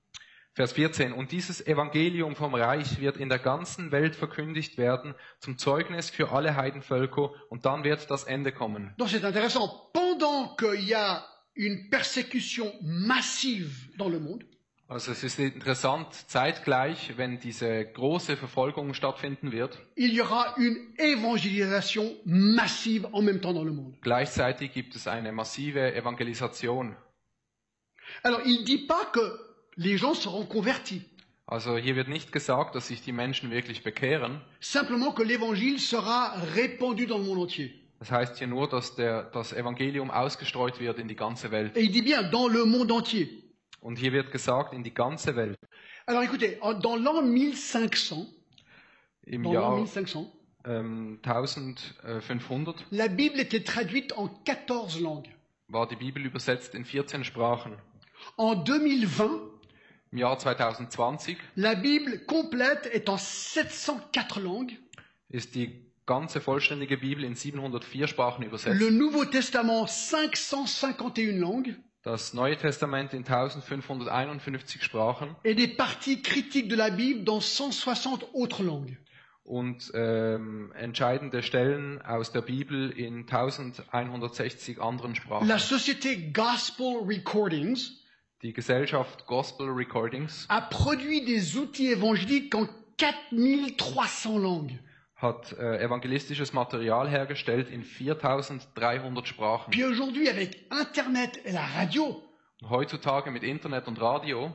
S2: Vers 14. Und dieses Evangelium vom Reich wird in der ganzen Welt verkündigt werden zum Zeugnis für alle Heidenvölker und dann wird das Ende kommen.
S1: Donc c'est intéressant. Pendant qu'il y a une persécution massive dans le monde,
S2: Also es ist interessant, zeitgleich, wenn diese große Verfolgung stattfinden wird,
S1: il y aura une évangélisation massive en même temps dans le monde.
S2: gleichzeitig gibt es eine massive Evangelisation.
S1: Alors il ne dit pas que les gens seront convertis,
S2: Also hier wird nicht gesagt, dass sich die Menschen wirklich bekehren,
S1: simplement que l'évangile sera répandu dans le monde entier.
S2: Das heißt hier nur, dass der, das Evangelium ausgestreut wird in die ganze Welt.
S1: Et il dit bien dans le monde entier.
S2: Und hier wird gesagt, in die ganze Welt.
S1: Alors écoutez, en- dans l'an 1500,
S2: Im
S1: dans l'an
S2: Jahr
S1: 1500,
S2: ähm, 1500
S1: la Bible était traduite en 14 langues.
S2: war die Bibel übersetzt in 14 Sprachen.
S1: En 2020,
S2: Im Jahr 2020
S1: la Bible complète est en 704 langues.
S2: ist die ganze vollständige Bibel in 704 Sprachen
S1: le
S2: übersetzt.
S1: Nouveau Testament 551 langues
S2: Das Neue Testament in 1551 Sprachen
S1: et des parties critiques de la Bible dans 160 autres langues.
S2: und ähm, entscheidende Stellen aus der Bibel in 1160 anderen Sprachen.
S1: La société Gospel Recordings
S2: Die Gesellschaft Gospel Recordings
S1: a produit des outils évangéliques en 4300 langues.
S2: hat äh, evangelistisches Material hergestellt in 4300 Sprachen.
S1: Puis aujourd'hui, avec Internet et la radio,
S2: Heutzutage mit Internet und Radio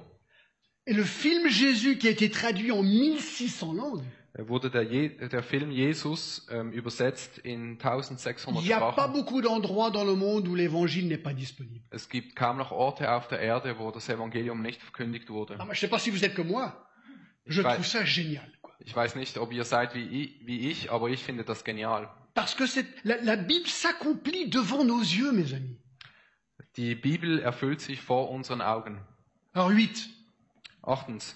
S1: et le film Jésus qui a été traduit en 1600 langues,
S2: äh, wurde der, Je der Film Jesus ähm, übersetzt in
S1: il
S2: 1600
S1: n'y a pas
S2: Sprachen.
S1: beaucoup d'endroits dans le monde où l'évangile n'est pas disponible.
S2: Es gibt kaum noch Orte auf der Erde, wo das Evangelium nicht verkündigt wurde.
S1: Ah, mais je ne sais pas si vous êtes comme moi. Je
S2: Ouais.
S1: trouve ça génial. quoi.
S2: Ich weiß nicht, ob ihr seid wie ich, wie ich aber ich finde das genial.
S1: Parce que c'est- la, la Bible s'accomplit devant nos yeux, mes amis.
S2: Die Bibel erfüllt sich vor unseren Augen.
S1: Alors 8.
S2: Achtens,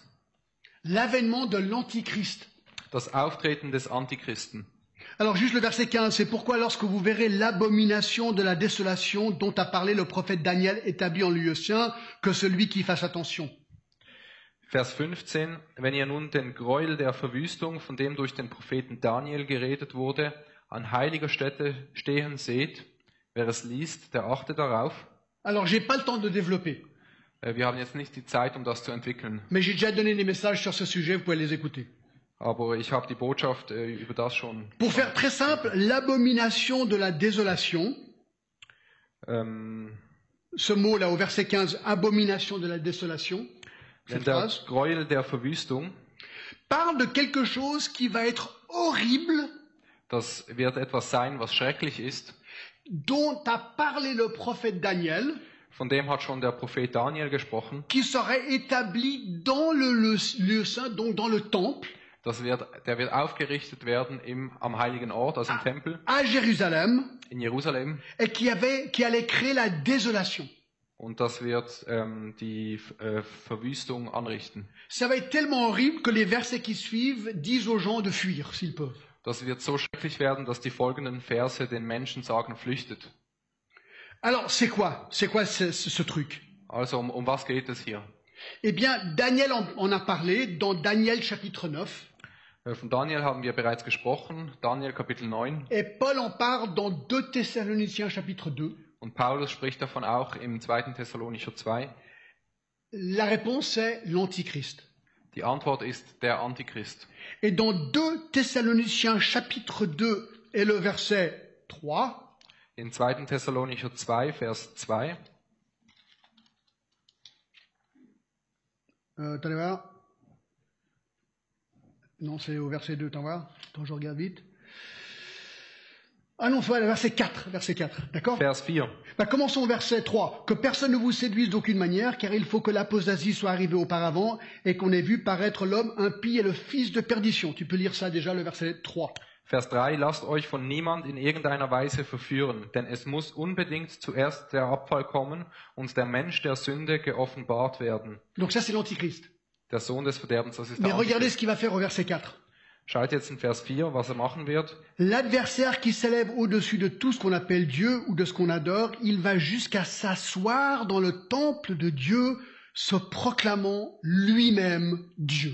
S1: L'avènement de l'Antichrist.
S2: das Auftreten des Antichristen.
S1: Alors juste le verset 15, c'est pourquoi lorsque vous verrez l'abomination de la désolation dont a parlé le prophète Daniel établi en lieu saint, que celui qui fasse attention.
S2: Vers 15, wenn ihr nun den Gräuel der Verwüstung, von dem durch den Propheten Daniel geredet wurde, an heiliger Stätte stehen seht, wer es liest, der achte darauf.
S1: Alors j'ai pas le temps de développer,
S2: Äh, Wir haben jetzt nicht die Zeit, um das zu entwickeln,
S1: mais j'ai déjà donné des messages sur ce sujet, vous pouvez les écouter.
S2: aber ich habe die Botschaft äh, über das schon.
S1: Pour faire très simple, l'abomination de la désolation,
S2: Ähm,
S1: ce mot là au verset 15, abomination de la désolation,
S2: wenn
S1: cette
S2: der
S1: phrase,
S2: Gräuel der Verwüstung,
S1: parle de quelque chose qui va être horrible
S2: das wird etwas sein, was schrecklich ist,
S1: dont a parlé le prophète Daniel,
S2: von dem hat schon der Prophet Daniel gesprochen,
S1: qui serait établi dans le le- lieu saint, donc dans le temple,
S2: das wird, der wird aufgerichtet werden im, am heiligen Ort, also im Tempel
S1: à Jérusalem,
S2: in Jerusalem.
S1: et qui, avait, qui allait créer la désolation.
S2: Und das wird ähm, die äh, Verwüstung anrichten.
S1: Ça va être tellement horrible que les versets qui suivent disent aux gens de fuir s'ils peuvent.
S2: Das wird so schrecklich werden, dass die folgenden Verse den Menschen sagen, flüchtet.
S1: Alors, c'est quoi C'est quoi ce, ce- ce truc
S2: Also um, um was geht es hier?
S1: Eh bien, Daniel en, en a parlé dans Daniel chapitre 9,
S2: Äh, Von Daniel haben wir bereits gesprochen, Daniel Kapitel 9.
S1: et Paul en parle dans 2 Thessaloniciens chapitre 2.
S2: Und Paulus spricht davon auch im 2. Thessalonicher 2.
S1: La réponse est l'Antichrist.
S2: Die Antwort ist der Antichrist.
S1: Et dans 2 Thessaloniciens chapitre 2 et le verset 3,
S2: In 2. Thessalonicher 2, Vers 2.
S1: Euh, T'allais voir Non, c'est au verset 2, t'en voir Attends, je regarde vite. Ah non, faut aller au verset 4, verset 4, d'accord
S2: Vers 4.
S1: bah, Commençons au verset 3. Que personne ne vous séduise d'aucune manière, car il faut que l'apostasie soit arrivée auparavant et qu'on ait vu paraître l'homme impie et le fils de perdition. Tu peux lire ça déjà, le verset 3.
S2: Vers 3, lasst euch von niemand in irgendeiner Weise verführen, denn es muss unbedingt zuerst der Abfall kommen und der Mensch der Sünde geoffenbart werden.
S1: Donc ça, c'est l'Antichrist.
S2: Der Sohn des Verderbens, das ist
S1: Mais
S2: der
S1: regardez
S2: Antichrist.
S1: ce qu'il va faire au verset 4.
S2: Schaut jetzt in Vers 4, was er machen wird.
S1: L'adversaire qui s'élève au-dessus de tout ce qu'on appelle Dieu ou de ce qu'on adore, il va jusqu'à s'asseoir dans le temple de Dieu, se proclamant lui-même Dieu.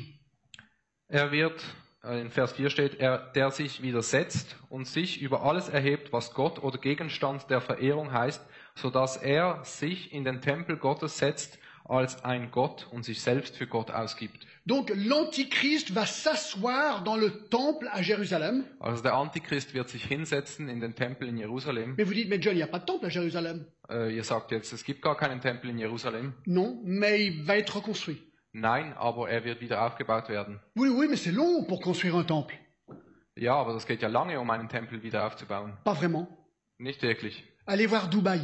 S2: Er wird, äh, in Vers 4 steht, er, der sich widersetzt und sich über alles erhebt, was Gott oder Gegenstand der Verehrung heißt, so dass er sich in den Tempel Gottes setzt als ein Gott und sich selbst für Gott ausgibt.
S1: Donc l'Antichrist va s'asseoir dans le temple à Jérusalem.
S2: Also der Antichrist wird sich hinsetzen in den Tempel in Jerusalem.
S1: Mais vous dites, mais John, il n'y a pas de temple à Jérusalem.
S2: Äh, ihr sagt jetzt, es gibt gar keinen Tempel in Jerusalem.
S1: Non, mais il va être reconstruit.
S2: Nein, aber er wird wieder aufgebaut werden.
S1: Oui, oui, mais c'est long pour construire un temple.
S2: Ja, aber das geht ja lange, um einen Tempel wieder aufzubauen.
S1: Pas vraiment.
S2: Nicht wirklich.
S1: Allez voir Dubaï.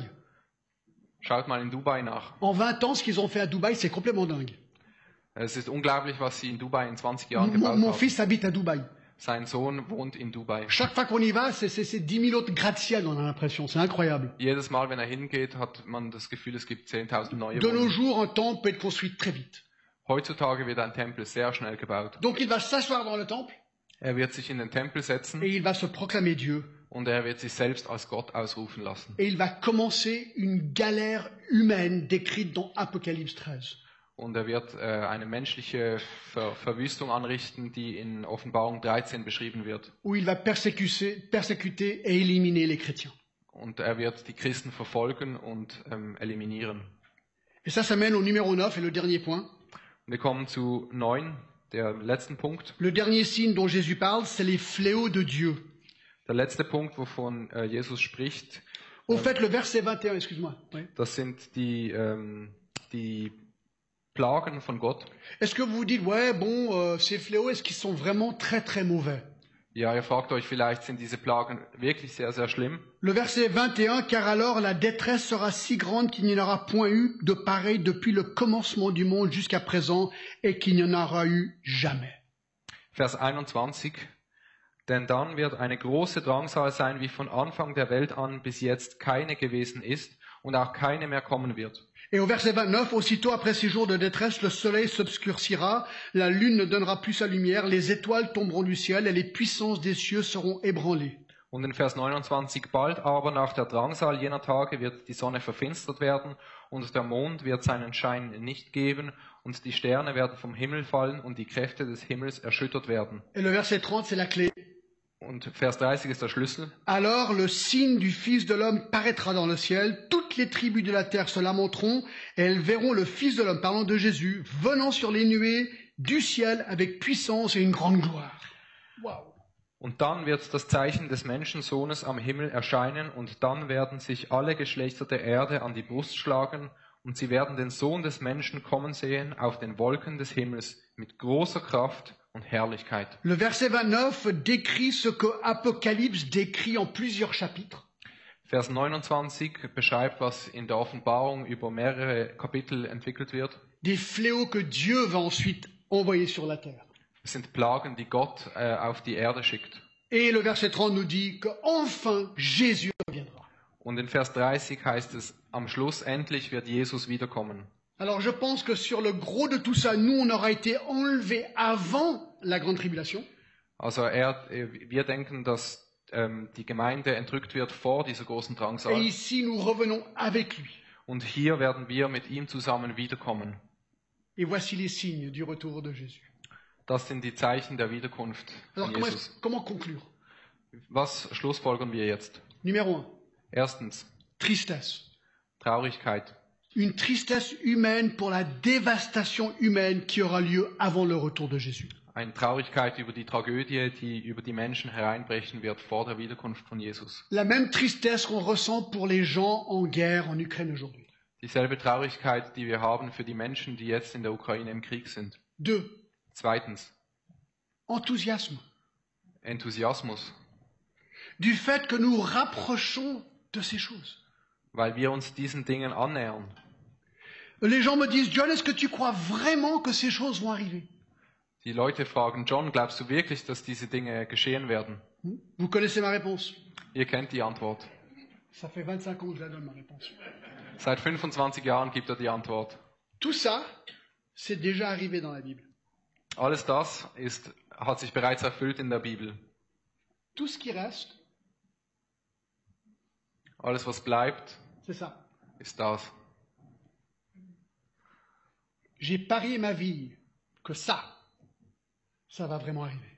S2: Schaut mal in Dubai nach.
S1: En 20 ans, ce qu'ils ont fait à Dubaï, c'est complètement dingue.
S2: Es ist unglaublich, was sie in Dubai in 20 Jahren
S1: Mon,
S2: gebaut
S1: mon
S2: haben.
S1: fils habite à Dubaï.
S2: Sein Sohn wohnt in Dubai.
S1: Chaque fois qu'on y va, c'est c'est- c'est 10 000 autres gratte-ciel, on a l'impression. C'est incroyable.
S2: Jedes Mal, wenn er hingeht, hat man das Gefühl, es gibt 10.000 neue
S1: De nos
S2: Wohnungen.
S1: jours, un temple peut être construit très vite.
S2: Heutzutage wird ein Tempel sehr schnell gebaut.
S1: Donc il va s'asseoir dans le temple,
S2: Er wird sich in den Tempel setzen
S1: et il va se proclamer Dieu.
S2: und er wird sich selbst als Gott ausrufen lassen.
S1: Et il va commencer une galère humaine décrite dans Apocalypse 13.
S2: Und er wird äh, eine menschliche Ver Verwüstung anrichten, die in Offenbarung 13 beschrieben wird.
S1: où il va persécuter, persécuter et éliminer les chrétiens.
S2: Und er wird die Christen verfolgen und ähm, eliminieren.
S1: Et ça, ça mène au numéro 9 et le dernier point.
S2: Wir kommen zu 9, der letzten Punkt.
S1: Le dernier signe dont Jésus parle, c'est les fléaux de Dieu.
S2: Der letzte Punkt, wovon äh, Jesus spricht,
S1: Au fait, le verset 21, excuse-moi. Oui.
S2: das sind die, ähm, die Plagen von Gott.
S1: Est-ce que vous dites, ouais, bon, euh, ces fléaux, est-ce qu'ils sont vraiment très très mauvais
S2: Ja, ihr fragt euch vielleicht, sind diese Plagen wirklich sehr, sehr schlimm?
S1: Le verset 21, car alors la détresse sera si grande qu'il n'y en aura point eu de pareil depuis le commencement du monde jusqu'à présent et qu'il n'y en aura eu jamais.
S2: Vers 21. Denn dann wird eine große Drangsal sein, wie von Anfang der Welt an bis jetzt keine gewesen ist und auch keine mehr kommen wird.
S1: Et au verset 29, aussitôt après ces jours de détresse, le soleil s'obscurcira, la lune ne donnera plus sa lumière, les étoiles tomberont du ciel et les puissances des cieux seront ébranlées.
S2: Und in Vers 29, bald aber nach der Drangsal jener Tage wird die Sonne verfinstert werden und der Mond wird seinen Schein nicht geben und die Sterne werden vom Himmel fallen und die Kräfte des Himmels erschüttert werden.
S1: Et le verset 30, c'est la clé.
S2: Und Vers 30 ist der Schlüssel.
S1: Alors le signe du Fils de l'homme paraîtra dans le ciel, toutes les tribus de la terre se lamenteront, et elles verront le Fils de l'homme, parlant de Jésus, venant sur les nuées du ciel avec puissance et une grande gloire. Waouh
S2: Und dann wird das Zeichen des Menschensohnes am Himmel erscheinen, und dann werden sich alle Geschlechter der Erde an die Brust schlagen, und sie werden den Sohn des Menschen kommen sehen auf den Wolken des Himmels mit großer Kraft und Herrlichkeit.
S1: Le verset 29 décrit ce que Apocalypse décrit en plusieurs chapitres.
S2: Vers 29 beschreibt, was in der Offenbarung über mehrere Kapitel entwickelt wird.
S1: des fléaux que Dieu va ensuite envoyer sur la terre.
S2: Es sind Plagen, die Gott äh, auf die Erde schickt.
S1: Et le verset 30 nous dit que enfin Jésus reviendra.
S2: Und in Vers 30 heißt es, am Schluss endlich wird Jesus wiederkommen.
S1: Alors je pense que sur le gros de tout ça, nous on aura été enlevés avant la grande tribulation.
S2: Also er, äh, wir denken, dass ähm, die Gemeinde entrückt wird vor dieser großen
S1: Et
S2: Drangsal.
S1: ici nous revenons avec lui.
S2: Und hier werden wir mit ihm zusammen wiederkommen.
S1: Et voici les signes du retour de Jésus.
S2: Das sind die Zeichen der Wiederkunft
S1: Alors
S2: von
S1: comment,
S2: Jesus.
S1: comment conclure
S2: Was schlussfolgern wir jetzt?
S1: Numéro 1,
S2: Erstens,
S1: tristesse.
S2: Traurigkeit.
S1: Une tristesse humaine pour la dévastation humaine qui aura lieu avant le retour de Jésus.
S2: Eine Traurigkeit über die Tragödie, die über die Menschen hereinbrechen wird vor der Wiederkunft von Jesus.
S1: La même tristesse qu'on ressent pour les gens en guerre en Ukraine aujourd'hui.
S2: Dieselbe Traurigkeit, die wir haben für die Menschen, die jetzt in der Ukraine im Krieg sind.
S1: Deux,
S2: Zweitens,
S1: enthousiasme,
S2: Enthusiasmus,
S1: du fait que nous rapprochons de ces choses.
S2: weil wir uns diesen Dingen annähern.
S1: Les gens me disent, John, est-ce que tu crois vraiment que ces choses vont arriver
S2: Die Leute fragen, John, glaubst du wirklich, dass diese Dinge geschehen werden?
S1: Hmm? Vous connaissez ma réponse.
S2: Ihr kennt die Antwort.
S1: Ça fait 25 ans que je la donne, ma réponse.
S2: Seit 25 Jahren gibt er die Antwort.
S1: Tout ça, c'est déjà arrivé dans la Bible.
S2: Alles das ist, hat sich bereits erfüllt in der Bibel.
S1: Tout ce qui reste,
S2: Alles, was bleibt,
S1: c'est ça.
S2: ist das.
S1: J'ai parié ma vie que ça, ça va vraiment arriver.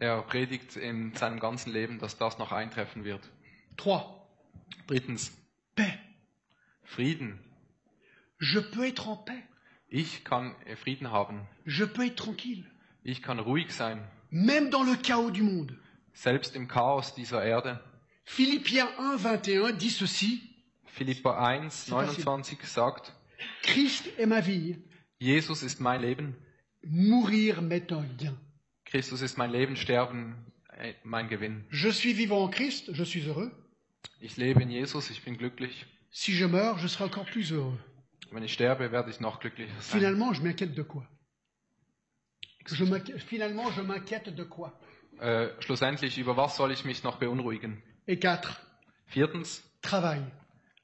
S2: Er predigt in seinem ganzen Leben, dass das noch eintreffen wird.
S1: Trois,
S2: Drittens,
S1: paix.
S2: Frieden.
S1: Je peux être en paix.
S2: Ich kann äh, Frieden haben.
S1: Je peux être tranquille.
S2: Ich kann ruhig sein.
S1: Même dans le chaos du monde.
S2: Selbst im Chaos dieser Erde.
S1: Philippiens 1, 21 dit ceci.
S2: Philippa 1, 29 sagt,
S1: Christ est ma vie,
S2: Jesus ist mein Leben.
S1: mourir m'est un gain.
S2: Christus ist mein Leben, Sterben äh, mein Gewinn.
S1: Je suis vivant en Christ, je suis heureux.
S2: Ich lebe in Jesus, ich bin glücklich.
S1: Si je meurs, je serai encore plus heureux.
S2: Wenn ich sterbe, werde ich noch glücklicher sein.
S1: Finalement, je m'inquiète de quoi je m'inqui- Finalement, je m'inquiète de quoi
S2: Äh, schlussendlich, über was soll ich mich noch beunruhigen?
S1: Et 4.
S2: Viertens,
S1: Travail.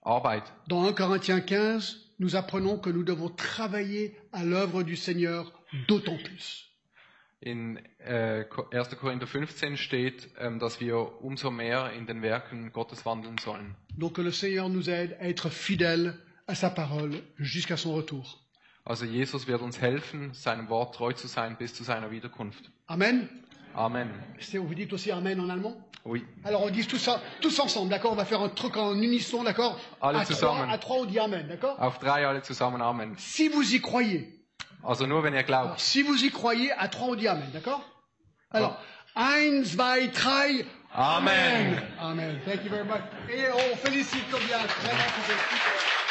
S2: Arbeit.
S1: Dans 1 Corinthiens 15, nous apprenons que nous devons travailler à l'œuvre du Seigneur d'autant plus.
S2: In äh, Ko- 1. Korinther 15 steht, ähm, dass wir umso mehr in den Werken Gottes wandeln sollen.
S1: Donc que le Seigneur nous aide à être fidèles à sa parole jusqu'à son retour.
S2: Also Jesus wird uns helfen, seinem Wort treu zu sein bis zu seiner Wiederkunft.
S1: Amen.
S2: Amen.
S1: C'est- Vous dites aussi Amen en allemand
S2: Oui.
S1: Alors on dit tout ça, tous ensemble, d'accord On va faire un truc en unisson, d'accord
S2: Allez,
S1: à,
S2: tous
S1: trois,
S2: ensemble.
S1: à trois, on dit Amen, d'accord
S2: Auf drei alle zusammen Amen.
S1: Si vous y croyez,
S2: Also nur wenn ihr
S1: alors
S2: glaubt.
S1: si vous y croyez, à trois, on dit Amen, d'accord Alors, eins, zwei, drei,
S2: Amen.
S1: Amen. Amen. Thank you very much. Et on félicite combien très bien, vous êtes super.